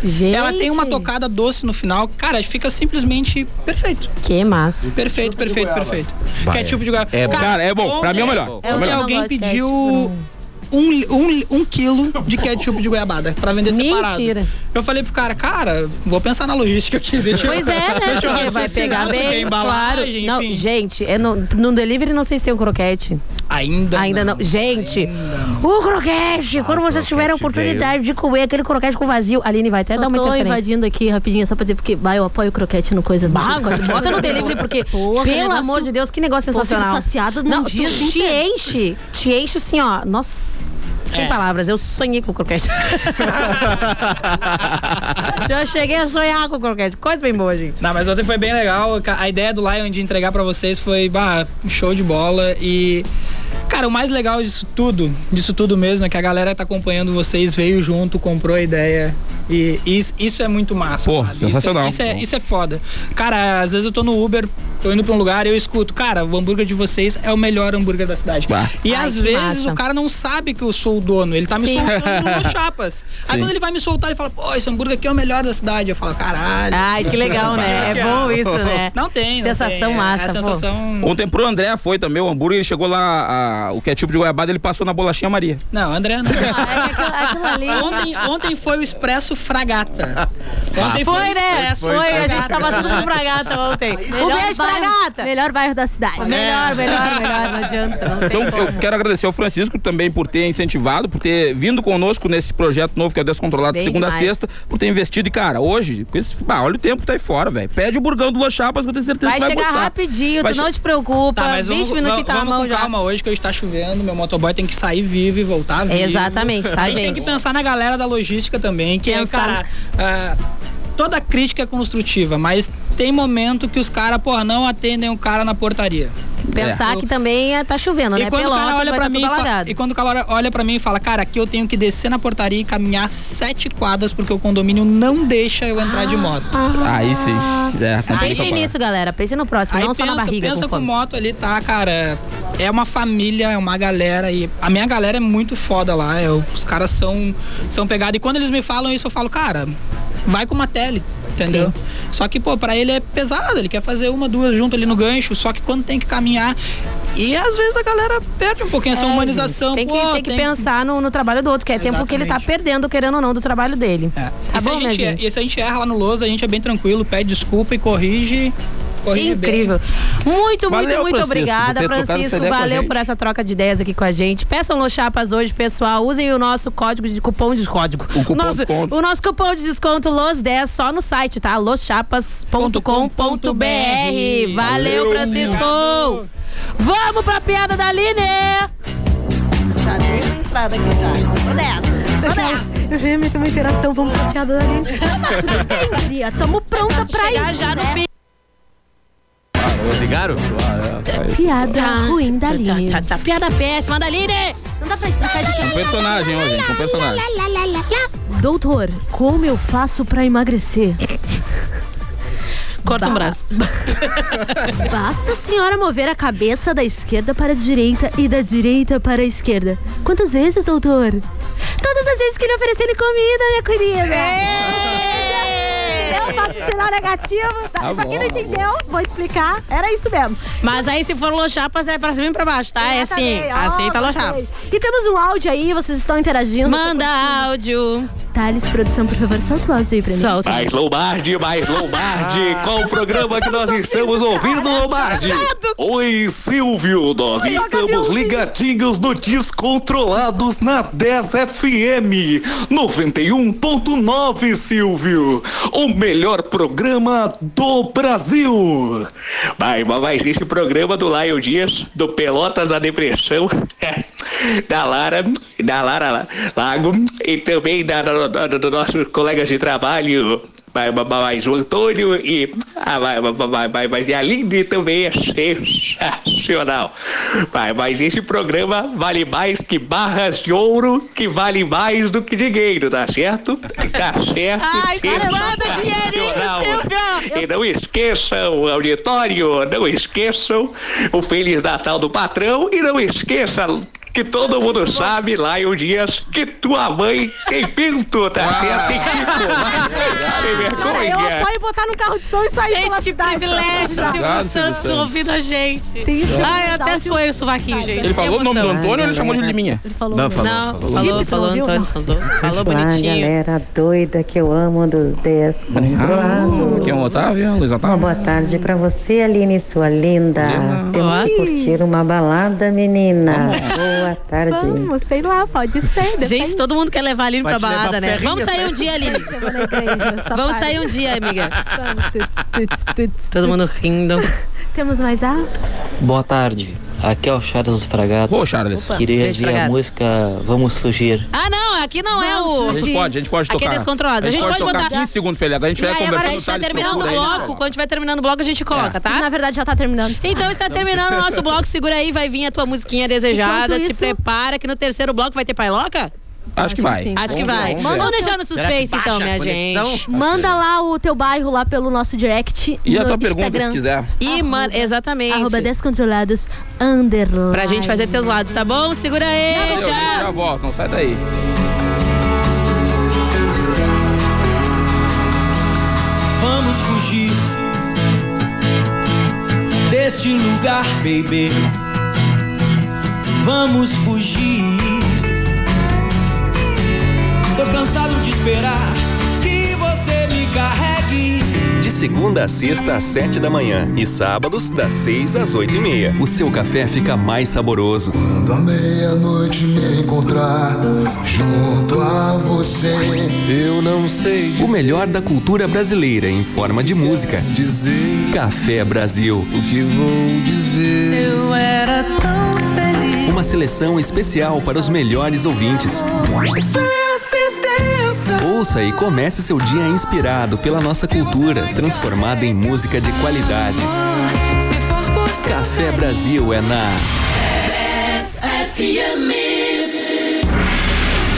Speaker 4: Gente.
Speaker 17: Ela tem uma tocada doce no final. Cara, fica simplesmente perfeito.
Speaker 4: Que massa.
Speaker 17: Perfeito, perfeito, perfeito.
Speaker 7: Bah,
Speaker 17: Ketchup
Speaker 7: é.
Speaker 17: de goiaba.
Speaker 7: É bom. Cara, é bom. Pra mim é o melhor.
Speaker 17: bom.
Speaker 7: É o melhor.
Speaker 17: Alguém
Speaker 7: Eu não gosto de
Speaker 17: pediu um, li- um, li- um quilo de ketchup de goiabada pra vender separado.
Speaker 4: Mentira.
Speaker 17: Eu falei pro cara, cara, vou pensar na logística aqui. Deixa eu-
Speaker 4: Pois é, né?
Speaker 17: deixa eu
Speaker 4: Porque vai
Speaker 17: raciocinar,
Speaker 4: pegar
Speaker 17: porque é
Speaker 4: bem,
Speaker 17: a embalagem,
Speaker 4: claro. Não,
Speaker 17: enfim.
Speaker 4: gente, eu não, no delivery não sei se tem um croquete.
Speaker 17: Ainda
Speaker 4: Ainda não. Gente, o croquete! quando vocês tiverem a oportunidade de comer aquele croquete com vazio, Aline vai até
Speaker 6: Só
Speaker 4: dar uma
Speaker 6: tô
Speaker 4: interferência.
Speaker 6: invadindo aqui rapidinho, só pra dizer, porque bah, eu apoio o croquete no coisa.
Speaker 4: Bah, bota no delivery, porque,
Speaker 6: Porra,
Speaker 4: pelo
Speaker 6: negócio-
Speaker 4: amor de Deus, que negócio
Speaker 6: Pô, fico
Speaker 4: sensacional.
Speaker 6: saciada num
Speaker 4: não,
Speaker 6: dia
Speaker 4: tu
Speaker 6: assim
Speaker 4: te
Speaker 6: inteiro.
Speaker 4: enche, te enche assim, ó. Nossa, sem
Speaker 6: É.
Speaker 4: palavras, eu sonhei com o croquete. Já Então, cheguei a sonhar com o croquete. Coisa bem boa, gente.
Speaker 17: Não, mas ontem foi bem legal. Ca- A ideia do Lion de entregar pra vocês foi, bah, show de bola. E, cara, o mais legal disso tudo, disso tudo mesmo, é que a galera que tá acompanhando vocês, veio junto, comprou a ideia. E isso, isso é muito massa.
Speaker 7: Pô,
Speaker 17: sabe?
Speaker 7: sensacional.
Speaker 17: Isso é, isso, é, isso é foda. Cara, às vezes eu tô no Uber, tô indo pra um lugar e eu escuto, cara, o hambúrguer de vocês é o melhor hambúrguer da cidade. E
Speaker 7: Ai,
Speaker 17: às
Speaker 7: que
Speaker 17: vezes
Speaker 7: massa.
Speaker 17: o cara não sabe que eu sou o dono, ele tá me
Speaker 7: Sim.
Speaker 17: soltando no chapas. Aí
Speaker 7: Sim.
Speaker 17: quando ele vai me soltar, ele fala, pô, esse hambúrguer aqui é o melhor da cidade. Eu falo, caralho.
Speaker 4: Ai, que legal, né? É bom isso, né?
Speaker 17: Não tem, não
Speaker 4: Sensação
Speaker 17: tem. É
Speaker 4: massa,
Speaker 17: a
Speaker 4: pô.
Speaker 17: sensação...
Speaker 7: Ontem pro André foi também o hambúrguer, ele chegou lá, a- o ketchup de goiabada, ele passou na bolachinha Maria.
Speaker 17: Não, André não.
Speaker 4: Aquilo ali.
Speaker 17: Ontem, ontem foi o Expresso Fragata. Ontem
Speaker 4: foi,
Speaker 17: o
Speaker 4: né?
Speaker 17: Expresso
Speaker 4: Foi, a gente
Speaker 17: Fragata.
Speaker 4: tava todo mundo pra gata ontem. Um beijo pra
Speaker 6: bairro,
Speaker 4: gata!
Speaker 6: Melhor bairro da cidade.
Speaker 4: Melhor, melhor, melhor, não adianta. Não
Speaker 7: Então, eu quero agradecer ao Francisco também por ter incentivado, por ter vindo conosco nesse projeto novo que é o Descontrolado de
Speaker 4: Bem
Speaker 7: segunda
Speaker 4: demais.
Speaker 7: a sexta, por ter investido. E, cara, hoje, com esse- bah, olha o tempo que tá aí fora, velho. Pede o burgão do Los Chapas, que eu tenho certeza
Speaker 4: Vai
Speaker 7: que vai
Speaker 4: chegar
Speaker 7: gostar.
Speaker 4: rapidinho,
Speaker 7: Vai
Speaker 4: tu não
Speaker 7: che-
Speaker 4: te preocupa.
Speaker 17: Tá, mas
Speaker 4: 20
Speaker 17: vamos, vamos,
Speaker 4: minutinhos tá na mão
Speaker 17: com
Speaker 4: já.
Speaker 17: calma hoje que hoje tá chovendo, meu motoboy tem que sair vivo e voltar vivo.
Speaker 4: Exatamente, tá,
Speaker 17: A gente tem
Speaker 4: gente?
Speaker 17: que pensar na galera da logística também, que é,
Speaker 4: Pensar.
Speaker 17: cara, ah, toda crítica é construtiva, mas tem momento que os caras, porra, não atendem o cara na portaria.
Speaker 4: Pensar que também é, tá chovendo,
Speaker 17: E
Speaker 4: né?
Speaker 17: quando, o
Speaker 4: Pelotas
Speaker 17: cara olha
Speaker 4: vai
Speaker 17: pra
Speaker 4: tá
Speaker 17: mim
Speaker 4: tudo
Speaker 17: e fala-
Speaker 4: alagado.
Speaker 17: e quando o cara olha para mim e fala, cara, aqui eu tenho que descer na portaria e caminhar sete quadras porque o condomínio não deixa eu entrar
Speaker 4: Ah.
Speaker 17: de moto.
Speaker 7: Aí sim. É, complica
Speaker 4: Pensem
Speaker 7: pra
Speaker 4: tá? nisso, galera. Pensem no próximo,
Speaker 17: Aí
Speaker 4: não
Speaker 17: pensa,
Speaker 4: só na barriga.
Speaker 17: pensa
Speaker 4: com
Speaker 17: com
Speaker 4: fome.
Speaker 17: moto ali, tá, cara? É uma família, é uma galera e a minha galera é muito foda lá. eu- os caras são são pegados e quando eles me falam isso eu falo, cara, vai com uma tele, entendeu?
Speaker 4: Sim.
Speaker 17: Só que pô, pra ele é pesado, ele quer fazer uma, duas junto ali no gancho, só que quando tem que caminhar e às vezes a galera perde um pouquinho essa
Speaker 4: É,
Speaker 17: humanização,
Speaker 4: gente, Tem que,
Speaker 17: pô,
Speaker 4: tem que pensar no, no trabalho do outro, que é tempo que ele tá perdendo, querendo ou não, do trabalho dele. Tá
Speaker 17: e, se
Speaker 4: bom,
Speaker 17: É. a
Speaker 4: né,
Speaker 17: gente,
Speaker 4: gente?
Speaker 17: e se a gente erra lá no Lousa, a gente é bem tranquilo, pede desculpa e corrige. corrige bem.
Speaker 4: Incrível. Muito, muito,
Speaker 17: Valeu,
Speaker 4: muito
Speaker 17: Francisco,
Speaker 4: obrigada,
Speaker 17: por ter trocado essa
Speaker 4: Francisco.
Speaker 17: ideia com a
Speaker 4: Valeu
Speaker 17: gente.
Speaker 4: por essa troca de ideias aqui com a gente. Peçam los chapas hoje, pessoal. Usem o nosso código de cupom de código. O,
Speaker 7: cupom
Speaker 4: nosso,
Speaker 7: desconto.
Speaker 4: o nosso cupom de desconto LOS10 só no site, tá? loschapas.com.br. Valeu,
Speaker 6: Valeu.
Speaker 4: Francisco. Vamos pra piada da Aline! Já dei uma entrada aqui já. Só dessa. Só dessa.
Speaker 6: Eu já ia meter uma interação, vamos pra piada da gente. Mas tudo bem, guria, tamo pronta pra
Speaker 4: Chegar já no pi-
Speaker 8: Ligaram?
Speaker 4: Ah, é,
Speaker 6: Piada ruim da Aline.
Speaker 4: Piada péssima da Aline!
Speaker 6: Não dá pra explicar de
Speaker 7: Um personagem hoje, gente, um personagem.
Speaker 6: Doutor, como eu faço pra emagrecer?
Speaker 4: Corta um braço.
Speaker 6: Basta a senhora mover a cabeça da esquerda para a direita e da direita para a esquerda. Quantas vezes, doutor? Todas as vezes que lhe oferecerem comida, minha querida.
Speaker 4: É.
Speaker 6: É. Eu faço sinal negativo. Tá?
Speaker 4: Tá
Speaker 6: pra quem
Speaker 4: bom,
Speaker 6: não
Speaker 4: tá
Speaker 6: entendeu, vou explicar. Era isso mesmo.
Speaker 4: Mas aí, se for lochapas, é pra cima e pra baixo, tá? É assim.
Speaker 6: Exatamente. Ó,
Speaker 4: Aceita
Speaker 6: vocês.
Speaker 4: lochapas.
Speaker 6: E temos um áudio aí, vocês estão interagindo.
Speaker 4: Manda áudio.
Speaker 6: Thales, produção, por favor, solta o áudio aí pra mim.
Speaker 4: Solta.
Speaker 18: Mais Lombardi, mais Lombardi. Qual o programa que nós estamos ouvindo, Lombardi? Oi, Silvio. Nós estamos ligadinhos no Descontrolados na 10 FM 91.9, Silvio. O melhor programa do Brasil. Vai, mas esse programa do Lion Dias, do Pelotas à Depressão, da Lara, da Lara La- Lago e também da, da, da- da- do nosso colega de trabalho, vai- vai- vai- mais o Antônio e a, vai- vai- vai- vai- mas e a Aline também é sensacional. Vai, mas esse programa vale mais que barras de ouro, que vale mais do que dinheiro, tá certo? Tá certo.
Speaker 6: Ah,
Speaker 10: Ai,
Speaker 18: sensacional.
Speaker 10: manda dinheirinho,
Speaker 18: E não esqueçam, auditório, não esqueçam o Feliz Natal do patrão e não esqueça que todo mundo sabe lá em um dias que tua mãe tem pinto, tá certo? Tem pinto. Tem
Speaker 6: Cara, Ah. eu
Speaker 18: vergonha.
Speaker 6: apoio botar no carro de som e sair
Speaker 4: Gente,
Speaker 6: pela
Speaker 4: que
Speaker 6: cidade. Tá
Speaker 4: privilégio, Silvio
Speaker 18: Obrigado,
Speaker 4: Santos
Speaker 18: Silvio
Speaker 4: ouvindo a gente.
Speaker 6: Sim,
Speaker 4: Ai, até suei o sovaquinho, gente.
Speaker 7: Ele falou o nome do
Speaker 4: Emoção.
Speaker 7: Antônio ou ele chamou de Liminha?
Speaker 6: Ele falou.
Speaker 4: Não, falou, falou, Antônio, falou. Falou
Speaker 9: Olá,
Speaker 4: bonitinho.
Speaker 9: galera doida que eu amo dos descontrolados.
Speaker 7: Quem é o Otávio? hein, Luiz Otávio?
Speaker 9: Boa tarde pra você, Aline, sua linda. Temos que curtir uma balada, menina. Boa tarde.
Speaker 6: Vamos, sei lá, pode ser.
Speaker 4: Gente, todo mundo quer levar a Aline
Speaker 9: Vai
Speaker 4: pra
Speaker 9: te levar
Speaker 4: balada, né?
Speaker 9: ferrinha,
Speaker 4: Vamos sair um dia, Aline. Vamos sair um dia, amiga. Todo mundo rindo.
Speaker 6: Temos mais a?
Speaker 19: Boa tarde, aqui é o Charles do Fragato.
Speaker 7: Ô, Charles.
Speaker 4: Opa,
Speaker 19: Queria
Speaker 4: beijo,
Speaker 19: ver a
Speaker 4: Fragato.
Speaker 19: música Vamos Fugir.
Speaker 4: Ah, não, aqui não é o.
Speaker 7: A gente pode, a gente pode
Speaker 4: Aqui
Speaker 7: tocar.
Speaker 4: é descontrolado. A gente pode
Speaker 7: tocar
Speaker 4: botar.
Speaker 7: 15 segundos pra ele. Agora a gente
Speaker 4: E
Speaker 7: vai
Speaker 4: aí,
Speaker 7: conversando.
Speaker 4: agora a gente vai
Speaker 7: Charles,
Speaker 4: terminando o
Speaker 7: procura aí,
Speaker 4: bloco. Quando tiver terminando o bloco, a gente coloca,
Speaker 7: É.
Speaker 4: tá?
Speaker 6: Na verdade, já tá terminando.
Speaker 4: Então está terminando o nosso bloco. Segura aí, vai vir a tua musiquinha desejada.
Speaker 6: Enquanto
Speaker 4: Te
Speaker 6: isso-
Speaker 4: prepara que no terceiro bloco vai ter pailoca?
Speaker 7: Acho que vai.
Speaker 4: Acho que vai.
Speaker 7: Vamos ver.
Speaker 4: Vamos deixar no
Speaker 7: Será que
Speaker 4: suspense,
Speaker 7: baixa
Speaker 4: então,
Speaker 7: a
Speaker 4: minha
Speaker 7: conexão?
Speaker 4: gente.
Speaker 6: Manda lá o teu bairro lá pelo nosso direct.
Speaker 7: E a
Speaker 6: no
Speaker 7: tua pergunta,
Speaker 6: Instagram.
Speaker 7: se quiser.
Speaker 4: E, mano, exatamente.
Speaker 6: Arroba descontrolados underline.
Speaker 4: Pra gente fazer teus lados, tá bom? Segura aí,
Speaker 7: Valeu, gente,
Speaker 4: tchau.
Speaker 7: Já volto, não sai daí.
Speaker 20: Vamos fugir deste lugar, baby. Vamos fugir. Tô cansado de esperar que você me carregue.
Speaker 21: De segunda a sexta às sete da manhã e sábados das seis às oito e meia. O seu café fica mais saboroso.
Speaker 22: Quando à meia-noite me encontrar junto a você, eu não sei.
Speaker 21: O melhor da cultura brasileira em forma de música. Dizer Café Brasil. O que vou dizer?
Speaker 10: Eu era tão feliz.
Speaker 21: Uma seleção especial para os melhores ouvintes. Ouça e comece seu dia inspirado pela nossa cultura, transformada em música de qualidade. Café Brasil é na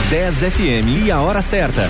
Speaker 23: 10 FM e a hora certa.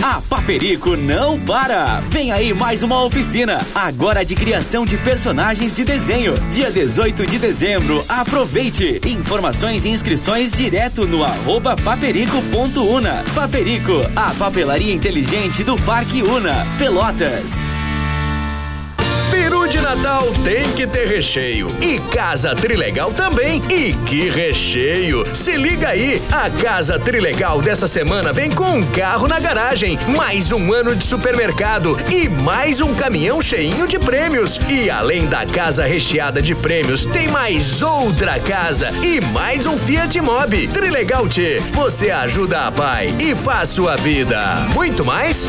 Speaker 24: A Paperico não para! Vem aí mais uma oficina, agora de criação de personagens de desenho. Dia 18 de dezembro, aproveite! Informações e inscrições direto no arroba paperico.una. Paperico, a papelaria inteligente do Parque Una. Pelotas.
Speaker 10: Peru
Speaker 3: de Natal tem que ter recheio. E Casa Trilegal também. E que recheio! Se liga aí! A Casa Trilegal dessa semana vem com um carro na garagem, mais um ano de supermercado e mais um caminhão cheinho de prêmios. E além da casa recheada de prêmios, tem mais outra casa e mais um Fiat Mobi. Trilegal T, você ajuda a pai e faz sua vida. Muito mais?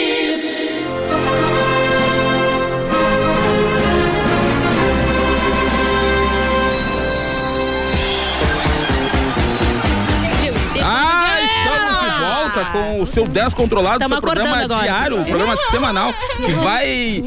Speaker 7: Ah, estamos de volta com o seu 10 controlado,
Speaker 4: Tamo
Speaker 7: seu programa
Speaker 4: acordando agora.
Speaker 7: diário, o programa semanal que vai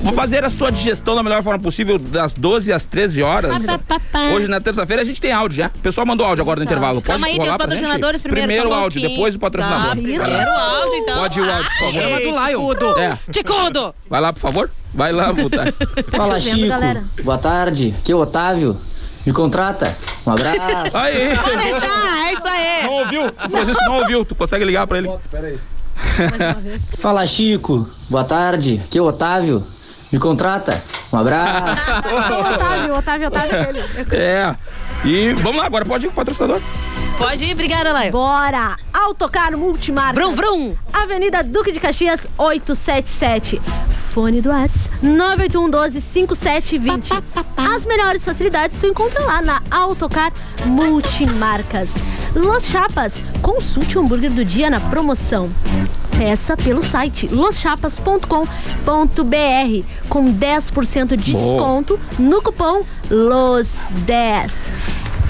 Speaker 7: Vou fazer a sua digestão da melhor forma possível, das 12 às 13 horas.
Speaker 4: Pá, pá, pá, pá.
Speaker 7: Hoje na terça-feira a gente tem áudio já. O pessoal mandou áudio agora no intervalo. Pode
Speaker 4: Tá. Calma aí, tem os
Speaker 7: rolar pra
Speaker 4: patrocinadores
Speaker 7: gente?
Speaker 4: primeiro.
Speaker 7: Primeiro
Speaker 4: só
Speaker 7: o
Speaker 4: um
Speaker 7: áudio,
Speaker 4: pouquinho.
Speaker 7: depois o patrocinador.
Speaker 4: Tá, primeiro o áudio, então.
Speaker 7: Pode ir o áudio, por favor.
Speaker 4: Ai, Ticudo.
Speaker 7: É.
Speaker 4: Ticudo.
Speaker 7: Vai lá, por favor. Vai lá, Butar.
Speaker 11: Tá
Speaker 19: Fala,
Speaker 4: Tá chovendo,
Speaker 19: Chico.
Speaker 4: galera.
Speaker 19: Boa tarde. Aqui é o Otávio. Me contrata. Um abraço.
Speaker 7: Aí.
Speaker 4: Pode deixar, é isso aí.
Speaker 7: Não ouviu? O Francisco não ouviu. Tu consegue ligar pra ele?
Speaker 19: Fala, Chico. Boa tarde. Aqui é o Otávio. Me contrata. Um abraço.
Speaker 6: Otávio, Otávio, Otávio dele.
Speaker 7: É. E vamos lá, agora pode ir com o patrocinador.
Speaker 4: Pode ir, obrigada, Laio.
Speaker 6: Bora! Autocar Multimarca.
Speaker 4: Vrum, vrum.
Speaker 6: Avenida Duque de Caxias, 877. Fone do Whats, 981 12 5720. As melhores facilidades tu encontra lá na Autocar Multimarcas. Los Chapas, consulte o hambúrguer do dia na promoção. Peça pelo site loschapas.com.br com 10% de
Speaker 5: Boa.
Speaker 6: desconto no cupom LOS10.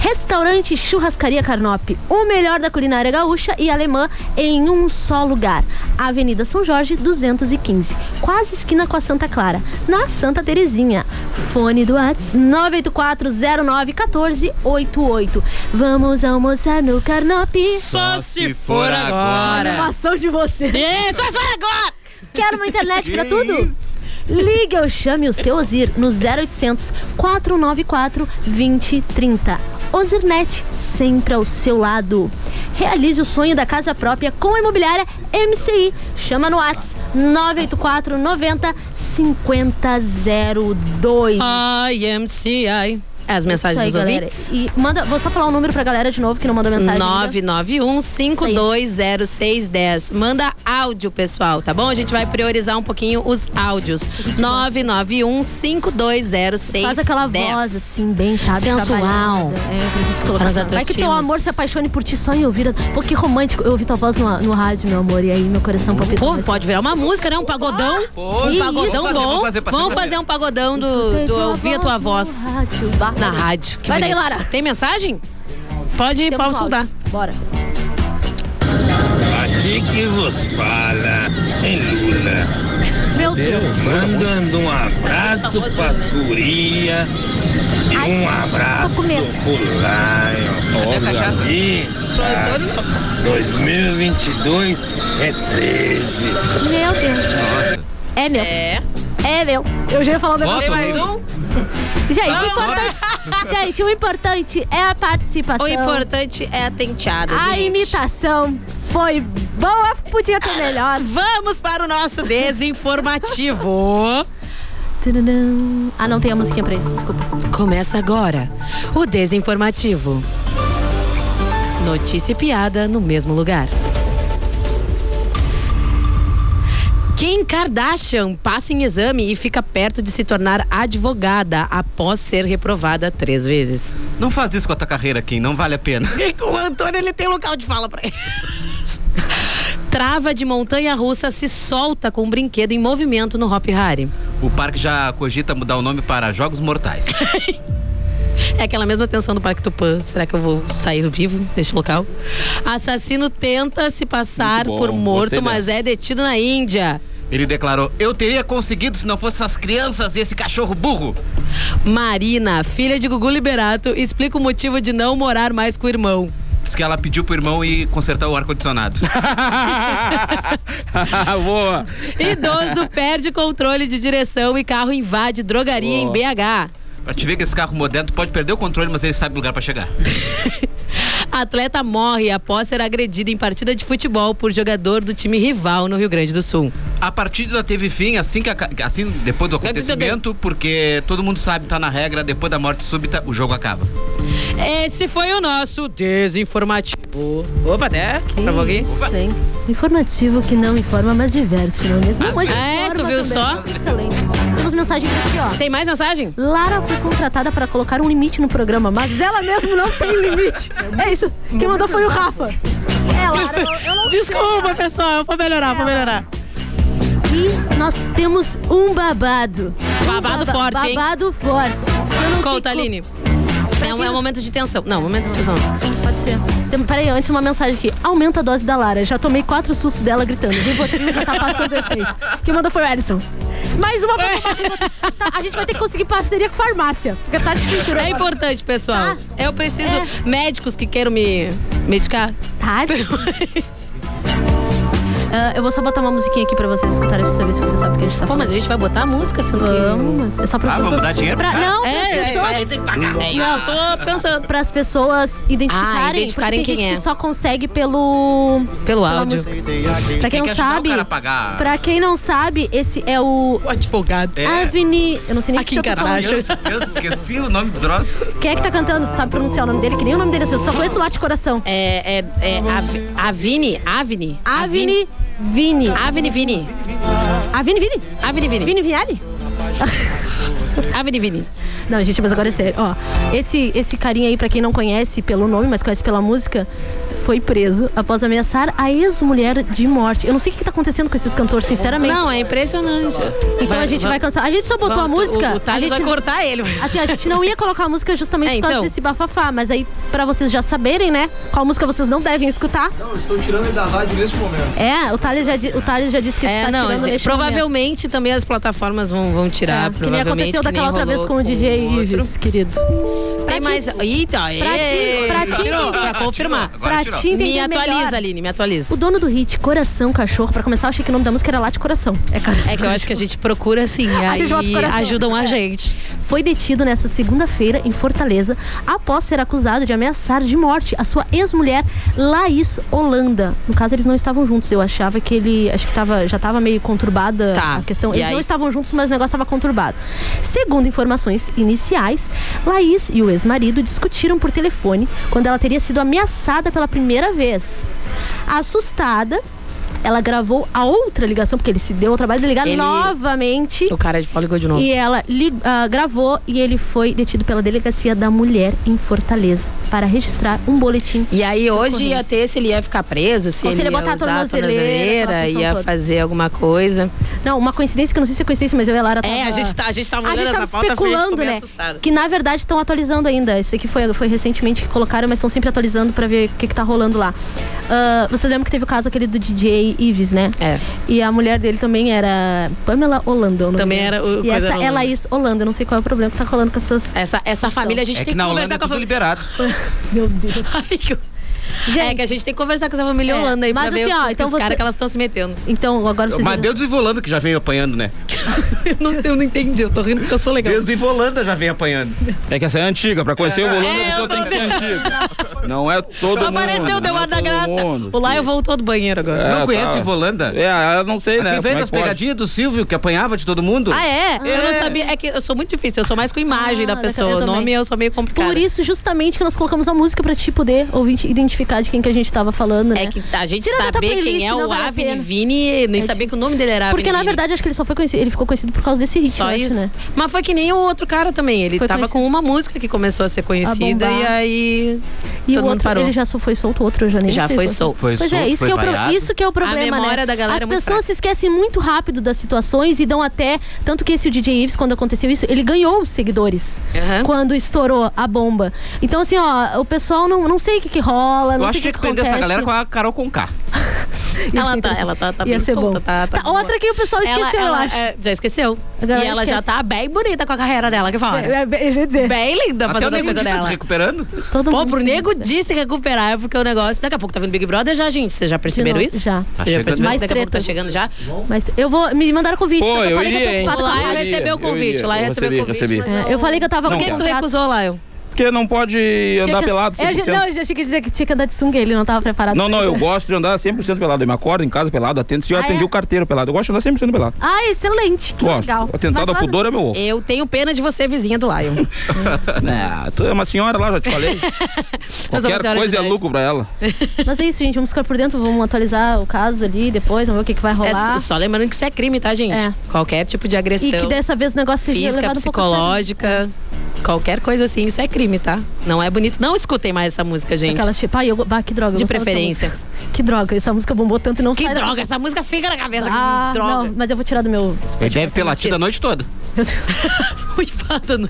Speaker 6: Restaurante Churrascaria Carnop, o melhor da culinária gaúcha e alemã em um só lugar. Avenida São Jorge, 215, quase esquina com a Santa Clara, na Santa Terezinha. Fone do Whats 984091488. Vamos almoçar no Carnop.
Speaker 10: Só se for agora.
Speaker 6: Animação de você.
Speaker 10: É, só se for
Speaker 6: agora. Quero uma internet pra tudo. Ligue ou chame o seu Ozir no 0800 494 2030. Ozirnet, sempre ao seu lado. Realize o sonho da casa própria com a imobiliária MCI. Chama no Whats 984 90 5002.
Speaker 4: IMCI. As mensagens
Speaker 6: Isso
Speaker 4: dos
Speaker 6: aí, galera.
Speaker 4: ouvintes.
Speaker 6: E manda, vou só falar o número pra galera de novo que não mandou mensagem. ainda.
Speaker 4: 991-520610. Manda áudio, pessoal, tá bom? A gente vai priorizar um pouquinho os áudios. 991-520610.
Speaker 6: Faz aquela voz assim, bem, sabe?
Speaker 4: Sensual.
Speaker 6: trabalhada. É, pra gente colocar.
Speaker 4: Para os
Speaker 6: Vai que teu
Speaker 4: adotivos.
Speaker 6: amor se apaixone por ti só em ouvir. a- Pô, que romântico. Eu ouvi tua voz no, no rádio, meu amor, e aí meu coração palpitou.
Speaker 4: Pô, pode virar uma música, né? Um pagodão.
Speaker 6: que
Speaker 4: um pagodão
Speaker 6: isso.
Speaker 4: bom.
Speaker 6: Vamos fazer, vamos fazer pra
Speaker 4: Vamos
Speaker 6: segunda-feira.
Speaker 4: fazer um pagodão do, do ouvir a tua voz. Na rádio. Que
Speaker 6: Vai daí,
Speaker 4: bonito.
Speaker 6: Lara.
Speaker 4: Tem mensagem? Pode ir, um
Speaker 6: Temos
Speaker 4: Paulo
Speaker 6: áudio.
Speaker 4: Soldar.
Speaker 6: Bora.
Speaker 11: Aqui que vos fala é Lula.
Speaker 6: Meu Deus.
Speaker 11: Mandando um abraço pras guria e um abraço pro Tá Lion. E, sabe, 2022 é 13.
Speaker 6: Meu Deus. É meu. É. meu. Eu já ia falar um negócio.
Speaker 4: Tem mais um?
Speaker 6: Gente,
Speaker 4: Vamos.
Speaker 6: o importante, gente, o importante é a participação.
Speaker 4: O importante é a tenteada.
Speaker 6: A
Speaker 4: gente.
Speaker 6: imitação foi boa, podia ter melhor.
Speaker 4: Vamos para o nosso desinformativo.
Speaker 6: Ah, não tem a musiquinha pra isso, desculpa.
Speaker 4: Começa agora o desinformativo. Notícia e piada no mesmo lugar. Kim Kardashian passa em exame e fica perto de se tornar advogada após ser reprovada três vezes.
Speaker 8: Não faz isso com a tua carreira, Kim. Não vale a pena.
Speaker 4: O Antônio ele tem local de fala pra ele. Trava de montanha russa se solta com um brinquedo em movimento no Hop Hari.
Speaker 8: O parque já cogita mudar o nome para Jogos Mortais.
Speaker 4: É aquela mesma tensão do Parque Tupã. Será que eu vou sair vivo deste local? Assassino tenta se passar
Speaker 8: Muito bom,
Speaker 4: por morto,
Speaker 8: gostei
Speaker 4: mas é detido na Índia.
Speaker 8: Ele declarou: Eu teria conseguido se não fossem essas crianças e esse cachorro burro.
Speaker 4: Marina, filha de Gugu Liberato, explica o motivo de não morar mais com o irmão.
Speaker 8: Diz que ela pediu pro irmão ir consertar o ar-condicionado.
Speaker 7: Boa!
Speaker 4: Idoso perde controle de direção e carro invade drogaria
Speaker 8: Boa.
Speaker 4: em BH.
Speaker 8: Pra te ver que esse carro moderno tu pode perder o controle, mas ele sabe o lugar pra chegar.
Speaker 4: Atleta morre após ser agredido em partida de futebol por jogador do time rival no Rio Grande do Sul.
Speaker 8: A partida teve fim assim que aca- assim depois do acontecimento, porque todo mundo sabe, tá na regra, depois da morte súbita o jogo acaba.
Speaker 4: Esse foi o nosso desinformativo. Opa, até provoquei.
Speaker 6: Informativo que não informa, mas diverte, não é mesmo? Mas
Speaker 4: É, tu
Speaker 6: informa
Speaker 4: viu
Speaker 6: também.
Speaker 4: só?
Speaker 6: Temos mensagem pra ti, ó.
Speaker 4: Tem mais mensagem?
Speaker 6: Lara foi contratada para colocar um limite no programa, mas ela mesmo não tem limite. É isso. Quem mandou foi o Rafa. É, Lara, eu, eu não
Speaker 4: Desculpa, pessoal, eu vou melhorar, vou melhorar.
Speaker 6: E nós temos um babado. Um
Speaker 4: Babado forte, hein?
Speaker 6: Babado forte. Eu não
Speaker 4: Conta, Aline. É um, é um momento de tensão. Não, momento de tensão.
Speaker 6: Pode ser. Tem, peraí, antes uma mensagem aqui. Aumenta a dose da Lara. Já tomei quatro sustos dela gritando. Rivotril já tá passando efeito. Quem mandou foi o Ellison. Mais uma pessoa. Tá, a gente vai ter que conseguir parceria com farmácia. Porque tá difícil. É.
Speaker 4: É importante, pessoal. Eu preciso médicos que queiram me medicar.
Speaker 6: Tá. Ah, eu vou só botar uma musiquinha aqui pra vocês escutarem pra saber se vocês sabem o que a gente tá
Speaker 4: Pô,
Speaker 6: falando.
Speaker 4: mas a gente vai botar música, sendo
Speaker 6: Vamos. É só pra
Speaker 4: Ah,
Speaker 6: pessoas.
Speaker 4: vamos dar dinheiro pro
Speaker 6: pra-
Speaker 4: cara?
Speaker 6: Não,
Speaker 4: É,
Speaker 6: pras
Speaker 4: é,
Speaker 6: pessoas-
Speaker 4: é, tem que pagar. É isso, eu tô pensando.
Speaker 6: Pras pessoas identificarem.
Speaker 4: Ah, identificarem
Speaker 6: porque tem
Speaker 4: quem
Speaker 6: gente
Speaker 4: é.
Speaker 6: que só consegue pelo.
Speaker 4: Pelo
Speaker 6: pela
Speaker 4: áudio.
Speaker 6: música. Pra quem
Speaker 8: Tem que
Speaker 6: não
Speaker 8: ajudar
Speaker 6: sabe.
Speaker 8: o cara a pagar.
Speaker 6: Pra quem não sabe, esse é o.
Speaker 4: O advogado.
Speaker 8: É.
Speaker 6: Avni. Eu não sei nem o que eu tô falando.
Speaker 8: Eu, eu esqueci o nome do troço.
Speaker 6: Quem é que tá cantando? Tu sabe pronunciar o nome dele? Que nem o nome dele é seu. Só conheço lá de coração.
Speaker 4: É, é, é Av- Avini, Avini.
Speaker 6: Avni Vini.
Speaker 4: Avini Vini.
Speaker 6: Avni Vini?
Speaker 4: Avni Vini.
Speaker 6: Vini Viali?
Speaker 4: Avini Ah, Vini.
Speaker 6: Não, gente, mas agora é sério. Ó, esse, esse carinha aí, pra quem não conhece pelo nome, mas conhece pela música, foi preso após ameaçar a ex-mulher de morte. Eu não sei o que, que tá acontecendo com esses cantores, sinceramente.
Speaker 4: Não, é impressionante.
Speaker 6: Então a gente vai cansar. A gente só botou
Speaker 4: vamos-
Speaker 6: a música.
Speaker 4: o- o Thales
Speaker 6: a gente
Speaker 4: vai cortar ele.
Speaker 6: Assim, a gente não ia colocar a música justamente
Speaker 4: É,
Speaker 6: por causa
Speaker 4: então.
Speaker 6: desse bafafá, mas aí pra vocês já saberem, né, qual música vocês não devem escutar.
Speaker 1: Não, estou tirando ele da rádio neste momento.
Speaker 6: É, o Thales já, di- o Thales já disse que
Speaker 4: É,
Speaker 6: tá
Speaker 4: não,
Speaker 6: tirando
Speaker 4: gente,
Speaker 6: neste
Speaker 4: provavelmente também as plataformas vão, vão tirar.
Speaker 6: momento. Que nem
Speaker 4: provavelmente,
Speaker 6: aconteceu
Speaker 4: que nem
Speaker 6: daquela outra vez
Speaker 4: rolou
Speaker 6: com o DJ Ives, querido.
Speaker 4: Tem mais. Eita, pra,
Speaker 6: ti- pra ti entender-
Speaker 4: pra confirmar.
Speaker 6: Tirou, agora Pra tirou. ti entender
Speaker 4: Me atualiza,
Speaker 6: melhor.
Speaker 4: Aline, me atualiza.
Speaker 6: O dono do hit Coração Cachorro, pra começar, eu achei que o nome da música era Lá de Coração. É, Coração
Speaker 4: É que eu acho que a gente procura assim,
Speaker 6: Aí
Speaker 4: aí
Speaker 6: joga pro coração.
Speaker 4: ajudam a
Speaker 6: É.
Speaker 4: gente.
Speaker 6: Foi detido nesta segunda-feira em Fortaleza após ser acusado de ameaçar de morte a sua ex-mulher Laís Holanda. No caso, eles não estavam juntos. Eu achava que ele. Acho que tava, já estava meio conturbada
Speaker 4: Tá.
Speaker 6: a questão.
Speaker 4: E
Speaker 6: Eles
Speaker 4: aí?
Speaker 6: não estavam juntos, mas o negócio estava conturbado. Segundo informações iniciais, Laís e o ex-marido discutiram por telefone quando ela teria sido ameaçada pela primeira vez. Assustada. Ela gravou a outra ligação, porque ele se deu ao trabalho de ligar
Speaker 4: Ele-
Speaker 6: novamente.
Speaker 4: O cara de pau ligou de novo.
Speaker 6: E ela li- ah, gravou e ele foi detido pela delegacia da mulher em Fortaleza para registrar um boletim.
Speaker 4: E aí hoje
Speaker 6: ocorrência.
Speaker 4: ia ter se ele ia ficar preso, se
Speaker 6: Ou
Speaker 4: ele
Speaker 6: se ele
Speaker 4: ia
Speaker 6: ia botar a
Speaker 4: usar a
Speaker 6: tornozeleira,
Speaker 4: tornozeleira,
Speaker 6: aquela função
Speaker 4: ia
Speaker 6: toda.
Speaker 4: fazer alguma coisa.
Speaker 6: Não, uma coincidência que eu não sei se é coincidência, mas eu e a Lara tava...
Speaker 4: É, a gente tá- a gente tava
Speaker 6: A
Speaker 4: olhando
Speaker 6: gente tava
Speaker 4: essa pauta, a gente
Speaker 6: especulando,
Speaker 4: ficou meio
Speaker 6: né?
Speaker 4: assustada.
Speaker 6: Que na verdade estão atualizando ainda. Esse aqui foi, foi recentemente que colocaram, mas estão sempre atualizando pra ver o que, que tá rolando lá. Ah, você lembra que teve o caso aquele do DJ Ives, né?
Speaker 4: É.
Speaker 6: E a mulher dele também era Pamela Holanda. o nome
Speaker 4: Também
Speaker 6: dela.
Speaker 4: era
Speaker 6: E
Speaker 4: o- coisa
Speaker 6: essa
Speaker 4: da
Speaker 6: é
Speaker 4: Holanda.
Speaker 6: Laís Holanda. Eu não sei qual é o problema que tá rolando com essas.
Speaker 4: Essa, essa família a gente
Speaker 8: É
Speaker 4: tem
Speaker 8: que
Speaker 4: que,
Speaker 8: na
Speaker 4: conversar
Speaker 8: Holanda é
Speaker 4: com a
Speaker 8: tudo
Speaker 4: família.
Speaker 8: liberado.
Speaker 6: Meu Deus.
Speaker 4: Ai, que... É que a gente tem que conversar com essa família
Speaker 6: É,
Speaker 4: holanda aí pra
Speaker 6: mas
Speaker 4: ver
Speaker 6: assim, ó,
Speaker 4: os
Speaker 6: então você-
Speaker 4: caras que elas estão se metendo.
Speaker 6: Então, agora vocês.
Speaker 8: Mas Deus do Ivolanda que já vem apanhando, né?
Speaker 4: eu, não, eu não entendi, eu tô rindo porque eu sou legal.
Speaker 8: Deus do Ivolanda já vem apanhando.
Speaker 7: É que essa é antiga, pra conhecer o Volanda
Speaker 4: É,
Speaker 7: a pessoa
Speaker 4: eu tô
Speaker 7: tem que ser antiga. Não é todo mundo.
Speaker 4: Apareceu, deu
Speaker 7: não
Speaker 4: ar
Speaker 7: é
Speaker 4: da
Speaker 7: todo
Speaker 4: graça.
Speaker 7: mundo. tá.
Speaker 4: O Laio voltou do banheiro agora.
Speaker 8: Não conhece o Volanda?
Speaker 7: É, eu não sei, né?
Speaker 8: Quem veio
Speaker 7: Como é
Speaker 8: das
Speaker 7: que pode?
Speaker 8: pegadinhas do Silvio, que apanhava de todo mundo?
Speaker 4: Ah, é? Eu não sabia. É que eu sou muito difícil, eu sou mais com imagem da
Speaker 6: Ah, da-
Speaker 4: pessoa.
Speaker 6: eu
Speaker 4: O nome
Speaker 6: também.
Speaker 4: eu sou meio complicado.
Speaker 6: Por isso, justamente, que nós colocamos a música pra te poder ouvir, identificar de quem que a gente tava falando, né?
Speaker 4: É que a gente
Speaker 6: Tira da tua
Speaker 4: saber quem
Speaker 6: playlist,
Speaker 4: é
Speaker 6: não
Speaker 4: o
Speaker 6: vale a
Speaker 4: Avni
Speaker 6: pena. É
Speaker 4: Vini, nem sabia que o nome dele era Avni
Speaker 6: Porque, na
Speaker 4: Vini.
Speaker 6: verdade, acho que ele só foi conhecido, ele ficou conhecido por causa desse hit, eu
Speaker 4: Só
Speaker 6: acho,
Speaker 4: isso.
Speaker 6: né?
Speaker 4: Mas foi que nem o outro cara também. Ele
Speaker 6: Foi
Speaker 4: tava
Speaker 6: conhecido.
Speaker 4: com uma música que começou a ser conhecida
Speaker 6: A bombar.
Speaker 4: e aí.
Speaker 6: E
Speaker 4: Todo
Speaker 6: o
Speaker 4: mundo
Speaker 6: outro,
Speaker 4: parou.
Speaker 6: Ele já só foi solto, o outro eu já nem
Speaker 4: Já
Speaker 6: sei
Speaker 4: foi
Speaker 6: qual
Speaker 4: solto. Foi
Speaker 6: pois é,
Speaker 4: solto,
Speaker 6: isso
Speaker 4: foi
Speaker 6: que, é o pro-
Speaker 4: vaiado.
Speaker 6: isso que é o problema,
Speaker 4: A memória
Speaker 6: né?
Speaker 4: da galera
Speaker 6: As
Speaker 4: é muito
Speaker 6: pessoas se esquecem muito rápido das situações e dão até... Tanto que esse DJ Ives, quando aconteceu isso, ele ganhou os seguidores. Quando estourou a bomba. Então, assim, ó, o pessoal não, não sei o que que rola,
Speaker 8: Eu
Speaker 6: não sei
Speaker 8: acho que
Speaker 6: o
Speaker 8: tinha
Speaker 6: que
Speaker 8: que prender essa
Speaker 6: acontece.
Speaker 8: galera com a Carol Conká.
Speaker 4: Ela tá, ela tá, tá
Speaker 6: Ia
Speaker 4: bem
Speaker 6: ser bom.
Speaker 4: solta, tá, tá
Speaker 6: Tá, outra que o pessoal esqueceu, eu
Speaker 4: ela,
Speaker 6: acho.
Speaker 4: é, já esqueceu.
Speaker 6: A
Speaker 4: E
Speaker 6: galera
Speaker 4: ela já
Speaker 6: esquece.
Speaker 4: tá bem bonita com a carreira dela aqui fora.
Speaker 6: É,
Speaker 4: Bem linda
Speaker 8: Até o
Speaker 4: fazendo a
Speaker 8: Nego
Speaker 4: coisa
Speaker 8: Di tá se
Speaker 4: dela.
Speaker 8: recuperando?
Speaker 4: Pô, pro nego disse recuperar, é porque o negócio daqui a pouco tá vindo Big Brother já, gente. Vocês já perceberam
Speaker 6: novo,
Speaker 4: isso?
Speaker 6: já.
Speaker 8: Tá
Speaker 4: Vocês já
Speaker 8: chegando.
Speaker 4: perceberam?
Speaker 8: Mais
Speaker 4: daqui a pouco tá
Speaker 6: tretas.
Speaker 4: chegando já?
Speaker 6: Mas eu vou. Me mandaram convite.
Speaker 7: Pô,
Speaker 6: só que
Speaker 7: eu
Speaker 6: falei que
Speaker 7: iria,
Speaker 6: eu
Speaker 7: hein?
Speaker 6: tô ocupada
Speaker 4: O
Speaker 6: com
Speaker 4: Lion
Speaker 6: trabalho.
Speaker 4: recebeu o
Speaker 7: eu
Speaker 4: convite.
Speaker 7: iria,
Speaker 4: O Lion
Speaker 7: eu recebi,
Speaker 4: recebeu o convite.
Speaker 7: recebi.
Speaker 4: mas
Speaker 6: É, eu falei que eu tava
Speaker 4: Por
Speaker 6: com
Speaker 4: que que tu
Speaker 6: contrato.
Speaker 4: recusou, Lion?
Speaker 7: Porque não pode
Speaker 6: Tinha
Speaker 7: andar
Speaker 6: que-
Speaker 7: pelado
Speaker 6: É, eu já-
Speaker 7: 100%.
Speaker 6: não, eu já achei que dizer que tinha que andar de sunga, ele não tava
Speaker 4: Tá
Speaker 6: preparado.
Speaker 7: Não,
Speaker 6: pra
Speaker 7: não,
Speaker 6: isso.
Speaker 7: eu gosto de andar 100% pelado. Eu me acordo em casa pelado, atendo. Se eu
Speaker 6: Ah,
Speaker 7: atendi
Speaker 6: é?
Speaker 7: o carteiro pelado, eu gosto de andar 100% pelado.
Speaker 6: Ah, excelente. Que
Speaker 7: Gosto.
Speaker 6: legal.
Speaker 7: Atentado
Speaker 6: Mas
Speaker 7: ao
Speaker 6: lá-
Speaker 7: pudor é meu ovo.
Speaker 4: Eu tenho pena de você, vizinha do Lion. Hum.
Speaker 7: Não, tu é uma senhora lá, já te falei.
Speaker 4: Mas é uma
Speaker 7: Qualquer
Speaker 4: senhora de
Speaker 7: coisa é
Speaker 4: idade.
Speaker 7: lucro pra ela.
Speaker 6: Mas é isso, gente. Vamos ficar por dentro, vamos atualizar o caso ali depois, vamos ver o que, que vai
Speaker 4: É,
Speaker 6: rolar.
Speaker 4: só- só lembrando que isso é crime, tá, gente?
Speaker 6: É.
Speaker 4: Qualquer tipo de agressão.
Speaker 6: e que dessa vez o negócio seja
Speaker 4: física,
Speaker 6: levado um pouco a sério.
Speaker 4: psicológica, qualquer coisa assim, isso é crime, tá? Não é bonito. Não escutem mais essa música, gente.
Speaker 6: Aquela tipo, ai, eu, go- bah, que droga. eu
Speaker 4: De
Speaker 6: gostava dessa
Speaker 4: preferência.
Speaker 6: música. Que droga, essa música bombou tanto e não
Speaker 4: Que
Speaker 6: sai da-
Speaker 4: droga, essa música fica na cabeça.
Speaker 6: Ah,
Speaker 4: que droga.
Speaker 6: não, mas eu vou tirar do meu.
Speaker 8: Ele deve ter latido a noite toda.
Speaker 4: Uivada, não.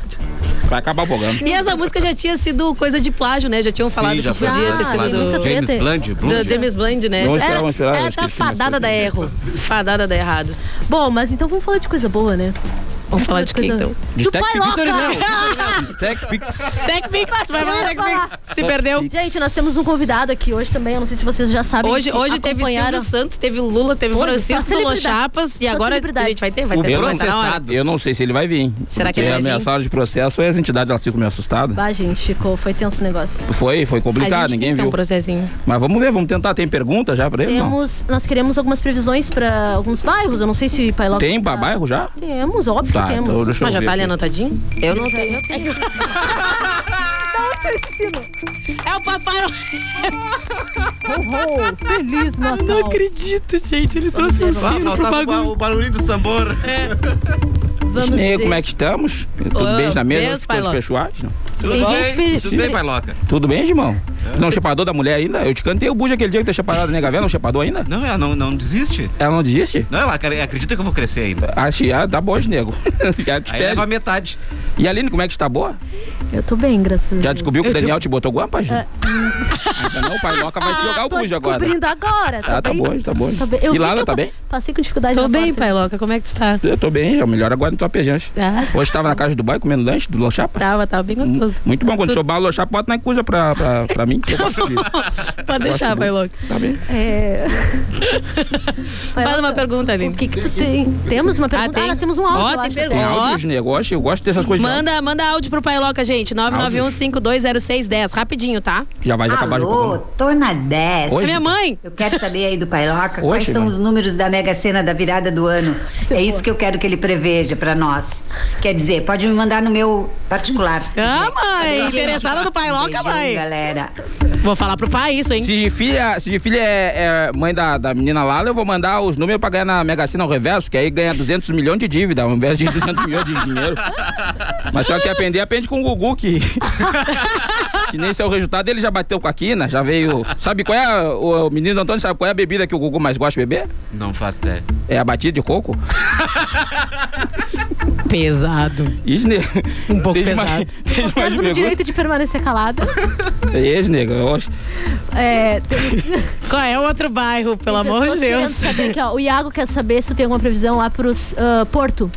Speaker 7: Vai acabar o programa.
Speaker 4: E essa música já tinha sido coisa de plágio, né? Já tinham falado
Speaker 8: já
Speaker 4: que
Speaker 8: foi
Speaker 4: podia
Speaker 8: de
Speaker 4: ter sido
Speaker 8: plágio.
Speaker 4: do...
Speaker 8: James Blunt, Blunt. é.
Speaker 4: do James Blunt, né?
Speaker 8: Vamos esperar,
Speaker 4: Era-
Speaker 8: vamos esperar,
Speaker 4: é,
Speaker 8: eu
Speaker 4: tá
Speaker 8: esqueci, mas
Speaker 4: fadada da erro. Fadada da errado.
Speaker 6: Bom, mas então vamos falar de coisa boa, né?
Speaker 4: Vamos falar de quem, então?
Speaker 6: De Do Pai Loca!
Speaker 7: Tech Pix.
Speaker 4: TechPix, vai
Speaker 6: Eu
Speaker 4: falar
Speaker 6: ia falar.
Speaker 4: TechPix. Se perdeu.
Speaker 6: Gente, nós temos um convidado aqui hoje também. Eu não sei se vocês já sabem.
Speaker 4: Hoje,
Speaker 6: se
Speaker 4: hoje teve
Speaker 6: acompanharam.
Speaker 4: Silvio Santos, teve Lula, teve
Speaker 6: Hoje,
Speaker 4: Francisco
Speaker 6: só
Speaker 4: Lula
Speaker 6: celebridade.
Speaker 4: Chapas e
Speaker 6: Só
Speaker 4: agora a
Speaker 6: celebridade.
Speaker 4: gente vai ter, vai ter
Speaker 7: O
Speaker 4: vai ter na hora.
Speaker 7: processado. Eu não sei se ele vai vir. hein?
Speaker 4: Será que ele
Speaker 7: Porque
Speaker 4: vai vir?
Speaker 7: ameaçado de processo e as entidades elas ficam meio assustadas.
Speaker 6: Bah, gente, ficou. Foi tenso o negócio.
Speaker 7: Foi, foi complicado, ninguém
Speaker 4: um
Speaker 7: viu.
Speaker 4: processinho.
Speaker 7: Mas vamos ver, vamos tentar. Tem pergunta já pra ele? Não.
Speaker 6: Temos, nós queremos algumas previsões pra alguns bairros. Eu não sei se Pai Loca.
Speaker 7: Tem pra bairro já?
Speaker 6: Temos, óbvio
Speaker 7: Tá,
Speaker 6: que temos.
Speaker 7: então deixa eu Mas já ver tá ali aqui.
Speaker 4: anotadinho? Eu não tenho. Eu tenho.
Speaker 11: Tá
Speaker 4: É o papai.
Speaker 6: oh, feliz Natal.
Speaker 4: Não acredito, gente. Ele trouxe um
Speaker 8: Ah,
Speaker 4: sino É. pro
Speaker 8: faltava o ba- o
Speaker 4: bagulho.
Speaker 8: barulhinho dos tambor.
Speaker 7: E aí, como é que estamos? Tudo
Speaker 4: Ô,
Speaker 7: bem na mesa?
Speaker 4: beijo,
Speaker 7: As
Speaker 4: Pai
Speaker 7: coisas
Speaker 4: Loca.
Speaker 7: fechuadas? Não.
Speaker 8: Tudo
Speaker 6: Tem
Speaker 8: bem?
Speaker 6: gente pe-
Speaker 8: Tudo bem, Pailoca? É.
Speaker 7: Tudo bem, Gimão? Não chapador da mulher ainda? Eu te cantei o bujo aquele dia que tu chaparado na gavela, não chapador ainda?
Speaker 8: Não, ela não, não desiste.
Speaker 7: Ela não desiste?
Speaker 8: Não, ela acre- acredita que eu vou crescer ainda.
Speaker 7: Acho, ah, dá boas, nego. Já te
Speaker 8: Aí
Speaker 7: pede.
Speaker 8: leva a metade.
Speaker 7: E Aline, como é que está boa?
Speaker 6: Eu tô bem, graças a Deus.
Speaker 7: Já descobriu que o
Speaker 6: Eu tô-
Speaker 7: Daniel te botou guampa, gente?
Speaker 6: É.
Speaker 7: Ainda não, o pai Loca vai te jogar o
Speaker 6: Ah, Tô
Speaker 7: bujo agora.
Speaker 6: descobrindo agora.
Speaker 7: Ah, tá
Speaker 6: bem?
Speaker 7: bom, tá bom.
Speaker 6: Tá bem. Eu vi
Speaker 7: E Lala,
Speaker 6: que eu
Speaker 7: tá
Speaker 6: pa-
Speaker 7: bem?
Speaker 6: Passei com dificuldade
Speaker 4: Tô
Speaker 6: na
Speaker 4: bem,
Speaker 6: porta.
Speaker 4: pai Loca. Como é que tu tá?
Speaker 7: Eu tô bem, já melhor agora no tua pejante.
Speaker 8: É.
Speaker 4: Ah.
Speaker 7: Hoje tava na casa do bairro comendo lanche do Lochapa.
Speaker 4: Tava, tava bem gostoso.
Speaker 7: Muito bom, quando
Speaker 4: Tu-
Speaker 7: o bar Lochapa, bota na coisa pra, pra, pra mim. Que eu gosto de...
Speaker 4: Pode
Speaker 7: Gosto
Speaker 4: deixar, pai
Speaker 7: muito.
Speaker 4: Loca.
Speaker 7: Tá bem.
Speaker 6: É...
Speaker 4: Faz uma pergunta, Aline.
Speaker 6: tá. O que que tu tem? Temos uma pergunta? Ah,
Speaker 4: tem.
Speaker 6: nós temos um áudio,
Speaker 4: Ó,
Speaker 6: eu
Speaker 4: tem
Speaker 6: acho,
Speaker 4: pergunta.
Speaker 7: Tem
Speaker 4: Ó.
Speaker 7: áudios, negócio, eu gosto dessas coisas.
Speaker 4: Manda, manda áudio pro Pai Loca, gente. 991520610. Rapidinho, tá?
Speaker 7: Já vai já acabar de
Speaker 2: Alô, tô na 10.
Speaker 4: Oi, É minha mãe.
Speaker 2: Eu quero saber aí do Pailoca
Speaker 7: Oi,
Speaker 2: quais são
Speaker 7: Silvana.
Speaker 2: os números da Mega Sena da virada do ano. É isso que eu quero que ele preveja pra nós. Quer dizer, pode me mandar no meu particular.
Speaker 4: Ah,
Speaker 2: Tá
Speaker 4: mãe,
Speaker 2: bom, gente?
Speaker 4: interessada no Pailoca,
Speaker 2: Beijão,
Speaker 4: mãe.
Speaker 2: galera.
Speaker 4: Vou falar pro pai isso, hein?
Speaker 7: Se filha, se filha é, é mãe da, da menina Lala, eu vou mandar os números pra ganhar na Mega Sena ao reverso, que aí ganha 200 milhões de dívida, ao invés de 200 milhões de dinheiro. Mas só que aprender, aprende com o Gugu, que... que nem esse é o resultado. Ele já bateu com a Quina, já veio... Sabe qual é, o, o menino Antônio, sabe qual é a bebida que o Gugu mais gosta de beber?
Speaker 8: Não faço ideia.
Speaker 7: É a batida de coco?
Speaker 4: Pesado.
Speaker 7: Isne... Um
Speaker 4: pouco
Speaker 6: pesado. Serve no direito de permanecer calada.
Speaker 7: Ex, nega, eu acho.
Speaker 6: É, temos-
Speaker 4: Qual é o outro bairro, pelo amor de
Speaker 6: pessoas querendo
Speaker 4: Deus?
Speaker 6: saber aqui, ó, o Iago quer saber se tem alguma previsão lá pros ah, Porto.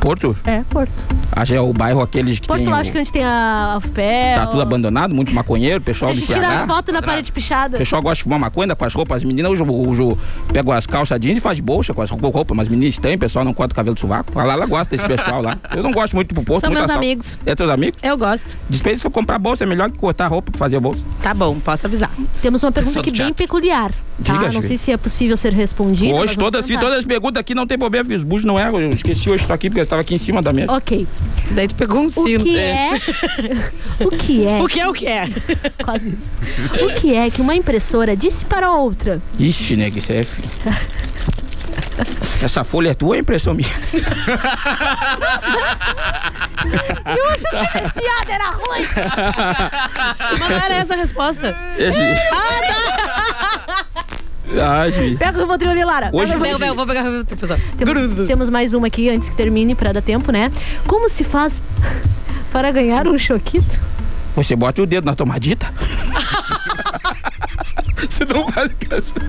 Speaker 7: Porto?
Speaker 6: É, Porto.
Speaker 7: Acho que é o bairro aqueles que
Speaker 6: Porto
Speaker 7: tem...
Speaker 6: lá
Speaker 7: o-
Speaker 6: acho que é onde tem a, a FPEL.
Speaker 7: Tá tudo abandonado, muito maconheiro,
Speaker 6: A
Speaker 7: pessoal do
Speaker 6: gente tira
Speaker 7: Ceará.
Speaker 6: as fotos na parede
Speaker 7: O
Speaker 6: pichada.
Speaker 7: pessoal gosta de fumar maconha com as roupas. As meninas hoje, hoje pegam as calças jeans e faz bolsa com as roupas. roupas. Mas meninas têm, o pessoal não corta o cabelo do sovaco. A Lala gosta desse pessoal lá. Eu não gosto muito pro porto.
Speaker 4: São
Speaker 7: muito
Speaker 4: meus
Speaker 7: assalto.
Speaker 4: amigos.
Speaker 7: É teus amigos?
Speaker 4: Eu gosto.
Speaker 7: Dispensa se for comprar bolsa, é melhor que cortar a roupa pra fazer a bolsa.
Speaker 4: Tá bom, posso avisar.
Speaker 6: Temos uma pergunta
Speaker 7: Pessoal do
Speaker 6: aqui bem
Speaker 7: teatro.
Speaker 6: peculiar. Tá?
Speaker 7: Diga,
Speaker 6: não
Speaker 7: Julia.
Speaker 6: sei se é possível ser respondida. mas vamos
Speaker 7: hoje, todas, se,
Speaker 6: tentar.
Speaker 7: todas as perguntas aqui não tem problema, fiz bujo, não é? Eu esqueci hoje isso aqui porque eu estava aqui em cima da mesa.
Speaker 6: Ok.
Speaker 4: Daí tu pegou um
Speaker 6: O
Speaker 4: sino.
Speaker 6: que é? o que é?
Speaker 4: O que é o que é?
Speaker 6: Quase isso.
Speaker 7: né,
Speaker 6: O que é que uma impressora disse para a outra?
Speaker 7: Ixi, nega, isso é. Essa folha é tua ou é impressão minha?
Speaker 6: Eu é. achava que era piada, era ruim.
Speaker 4: Mas não era essa a resposta.
Speaker 7: Esse... Ah, gente.
Speaker 6: Pega o Rivotril ali, Lara.
Speaker 7: Hoje-
Speaker 6: Pega o Rivotril.
Speaker 7: Hoje-
Speaker 4: Eu tá. vou pegar outra pessoa.
Speaker 6: Temos, temos mais uma aqui antes que termine, pra dar tempo, né? Como se faz para ganhar um choquito?
Speaker 7: Você bota o dedo na tomadita. Você não faz questão.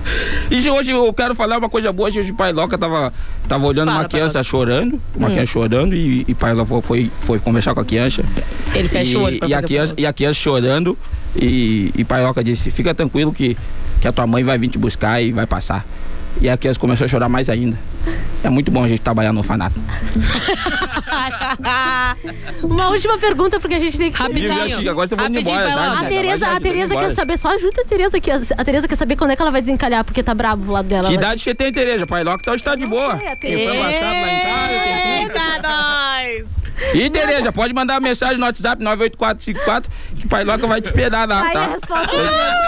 Speaker 7: E hoje eu quero falar uma coisa boa. Hoje o pai Loca tava, tava olhando
Speaker 4: Fala,
Speaker 7: uma criança chorando, uma
Speaker 4: Hum.
Speaker 7: criança chorando, e, e pai Loca foi, foi conversar com a criança.
Speaker 4: Ele fecha
Speaker 7: e,
Speaker 4: o olho pra
Speaker 7: e a
Speaker 4: fazer
Speaker 7: criança, e a criança chorando, e, e pai Loca disse: Fica tranquilo que, que a tua mãe vai vir te buscar e vai passar. E a criança começou a chorar mais ainda. É muito bom a gente trabalhar no orfanato.
Speaker 6: Uma última pergunta, porque a gente tem que.
Speaker 7: Rapidinho. Diz assim, agora eu tô indo embora, tá?
Speaker 6: A
Speaker 7: Agora
Speaker 6: Tereza,
Speaker 7: vai,
Speaker 6: a
Speaker 7: vai,
Speaker 6: Tereza
Speaker 7: vai.
Speaker 6: quer saber, só ajuda a Tereza aqui. A Tereza quer saber quando é que ela vai desencalhar, porque tá brabo do lado dela.
Speaker 7: que
Speaker 6: Ela-
Speaker 7: idade você tem, Tereza? Pai Loca tá, está de boa. Tem foi WhatsApp lá em casa, tem tudo. né, E Tereza, pode mandar mensagem no WhatsApp 98454 que o Pai Loca vai te esperar lá,
Speaker 4: Aí a
Speaker 7: tá?
Speaker 6: é
Speaker 4: resposta é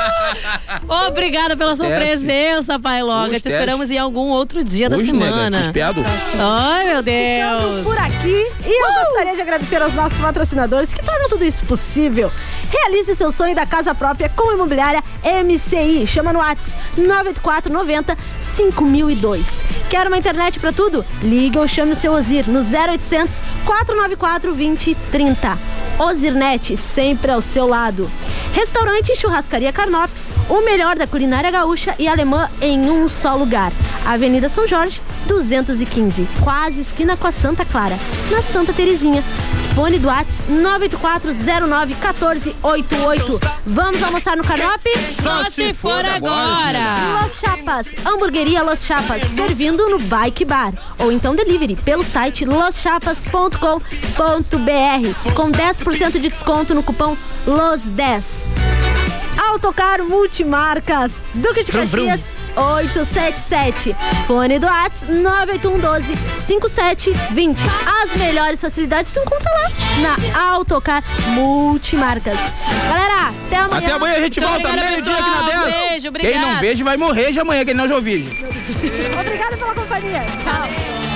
Speaker 4: Obrigada pela sua
Speaker 7: Teste.
Speaker 4: presença, Pai Loga.
Speaker 7: Hoje
Speaker 4: Te esperamos
Speaker 7: teste.
Speaker 4: em algum outro dia da
Speaker 11: né,
Speaker 7: Hoje, nega, te
Speaker 4: semana.
Speaker 7: espiado.
Speaker 4: Ai, meu
Speaker 6: Ficando
Speaker 4: Deus.
Speaker 6: por aqui. E eu gostaria de agradecer aos nossos patrocinadores que tornam tudo isso possível. Realize o seu sonho da casa própria com a imobiliária MCI. Chama no WhatsApp 98490 5002. Quer uma internet pra tudo? Ligue ou chame o seu Ozir no 0800 494 2030. Ozirnet, sempre ao seu lado. Restaurante e Churrascaria Carnop, o melhor da culinária gaúcha e alemã em um só lugar. Avenida São Jorge, 215, quase esquina com a Santa Clara, na Santa Terezinha. Fone do Whats 984091488. Vamos almoçar no Carnop?
Speaker 4: Só se for agora.
Speaker 6: Los Chapas, hamburgueria Los Chapas, servindo no Bike Bar. Ou então delivery pelo site loschapas.com.br com 10% de desconto no cupom LOS10. Autocar Multimarcas, Duque de
Speaker 5: Vrum, vrum.
Speaker 6: Caxias 877. Fone do Whats 98112 5720. As melhores facilidades tu encontra lá na Autocar Multimarcas. Galera, até amanhã.
Speaker 7: Até amanhã a gente volta,
Speaker 6: Obrigada,
Speaker 7: meio-dia aqui na
Speaker 6: pessoal.
Speaker 7: 10.
Speaker 6: Beijo,
Speaker 7: Quem não
Speaker 6: obrigada.
Speaker 7: beijo vai morrer de amanhã, quem não já ouviu.
Speaker 6: Obrigada pela companhia. Tchau.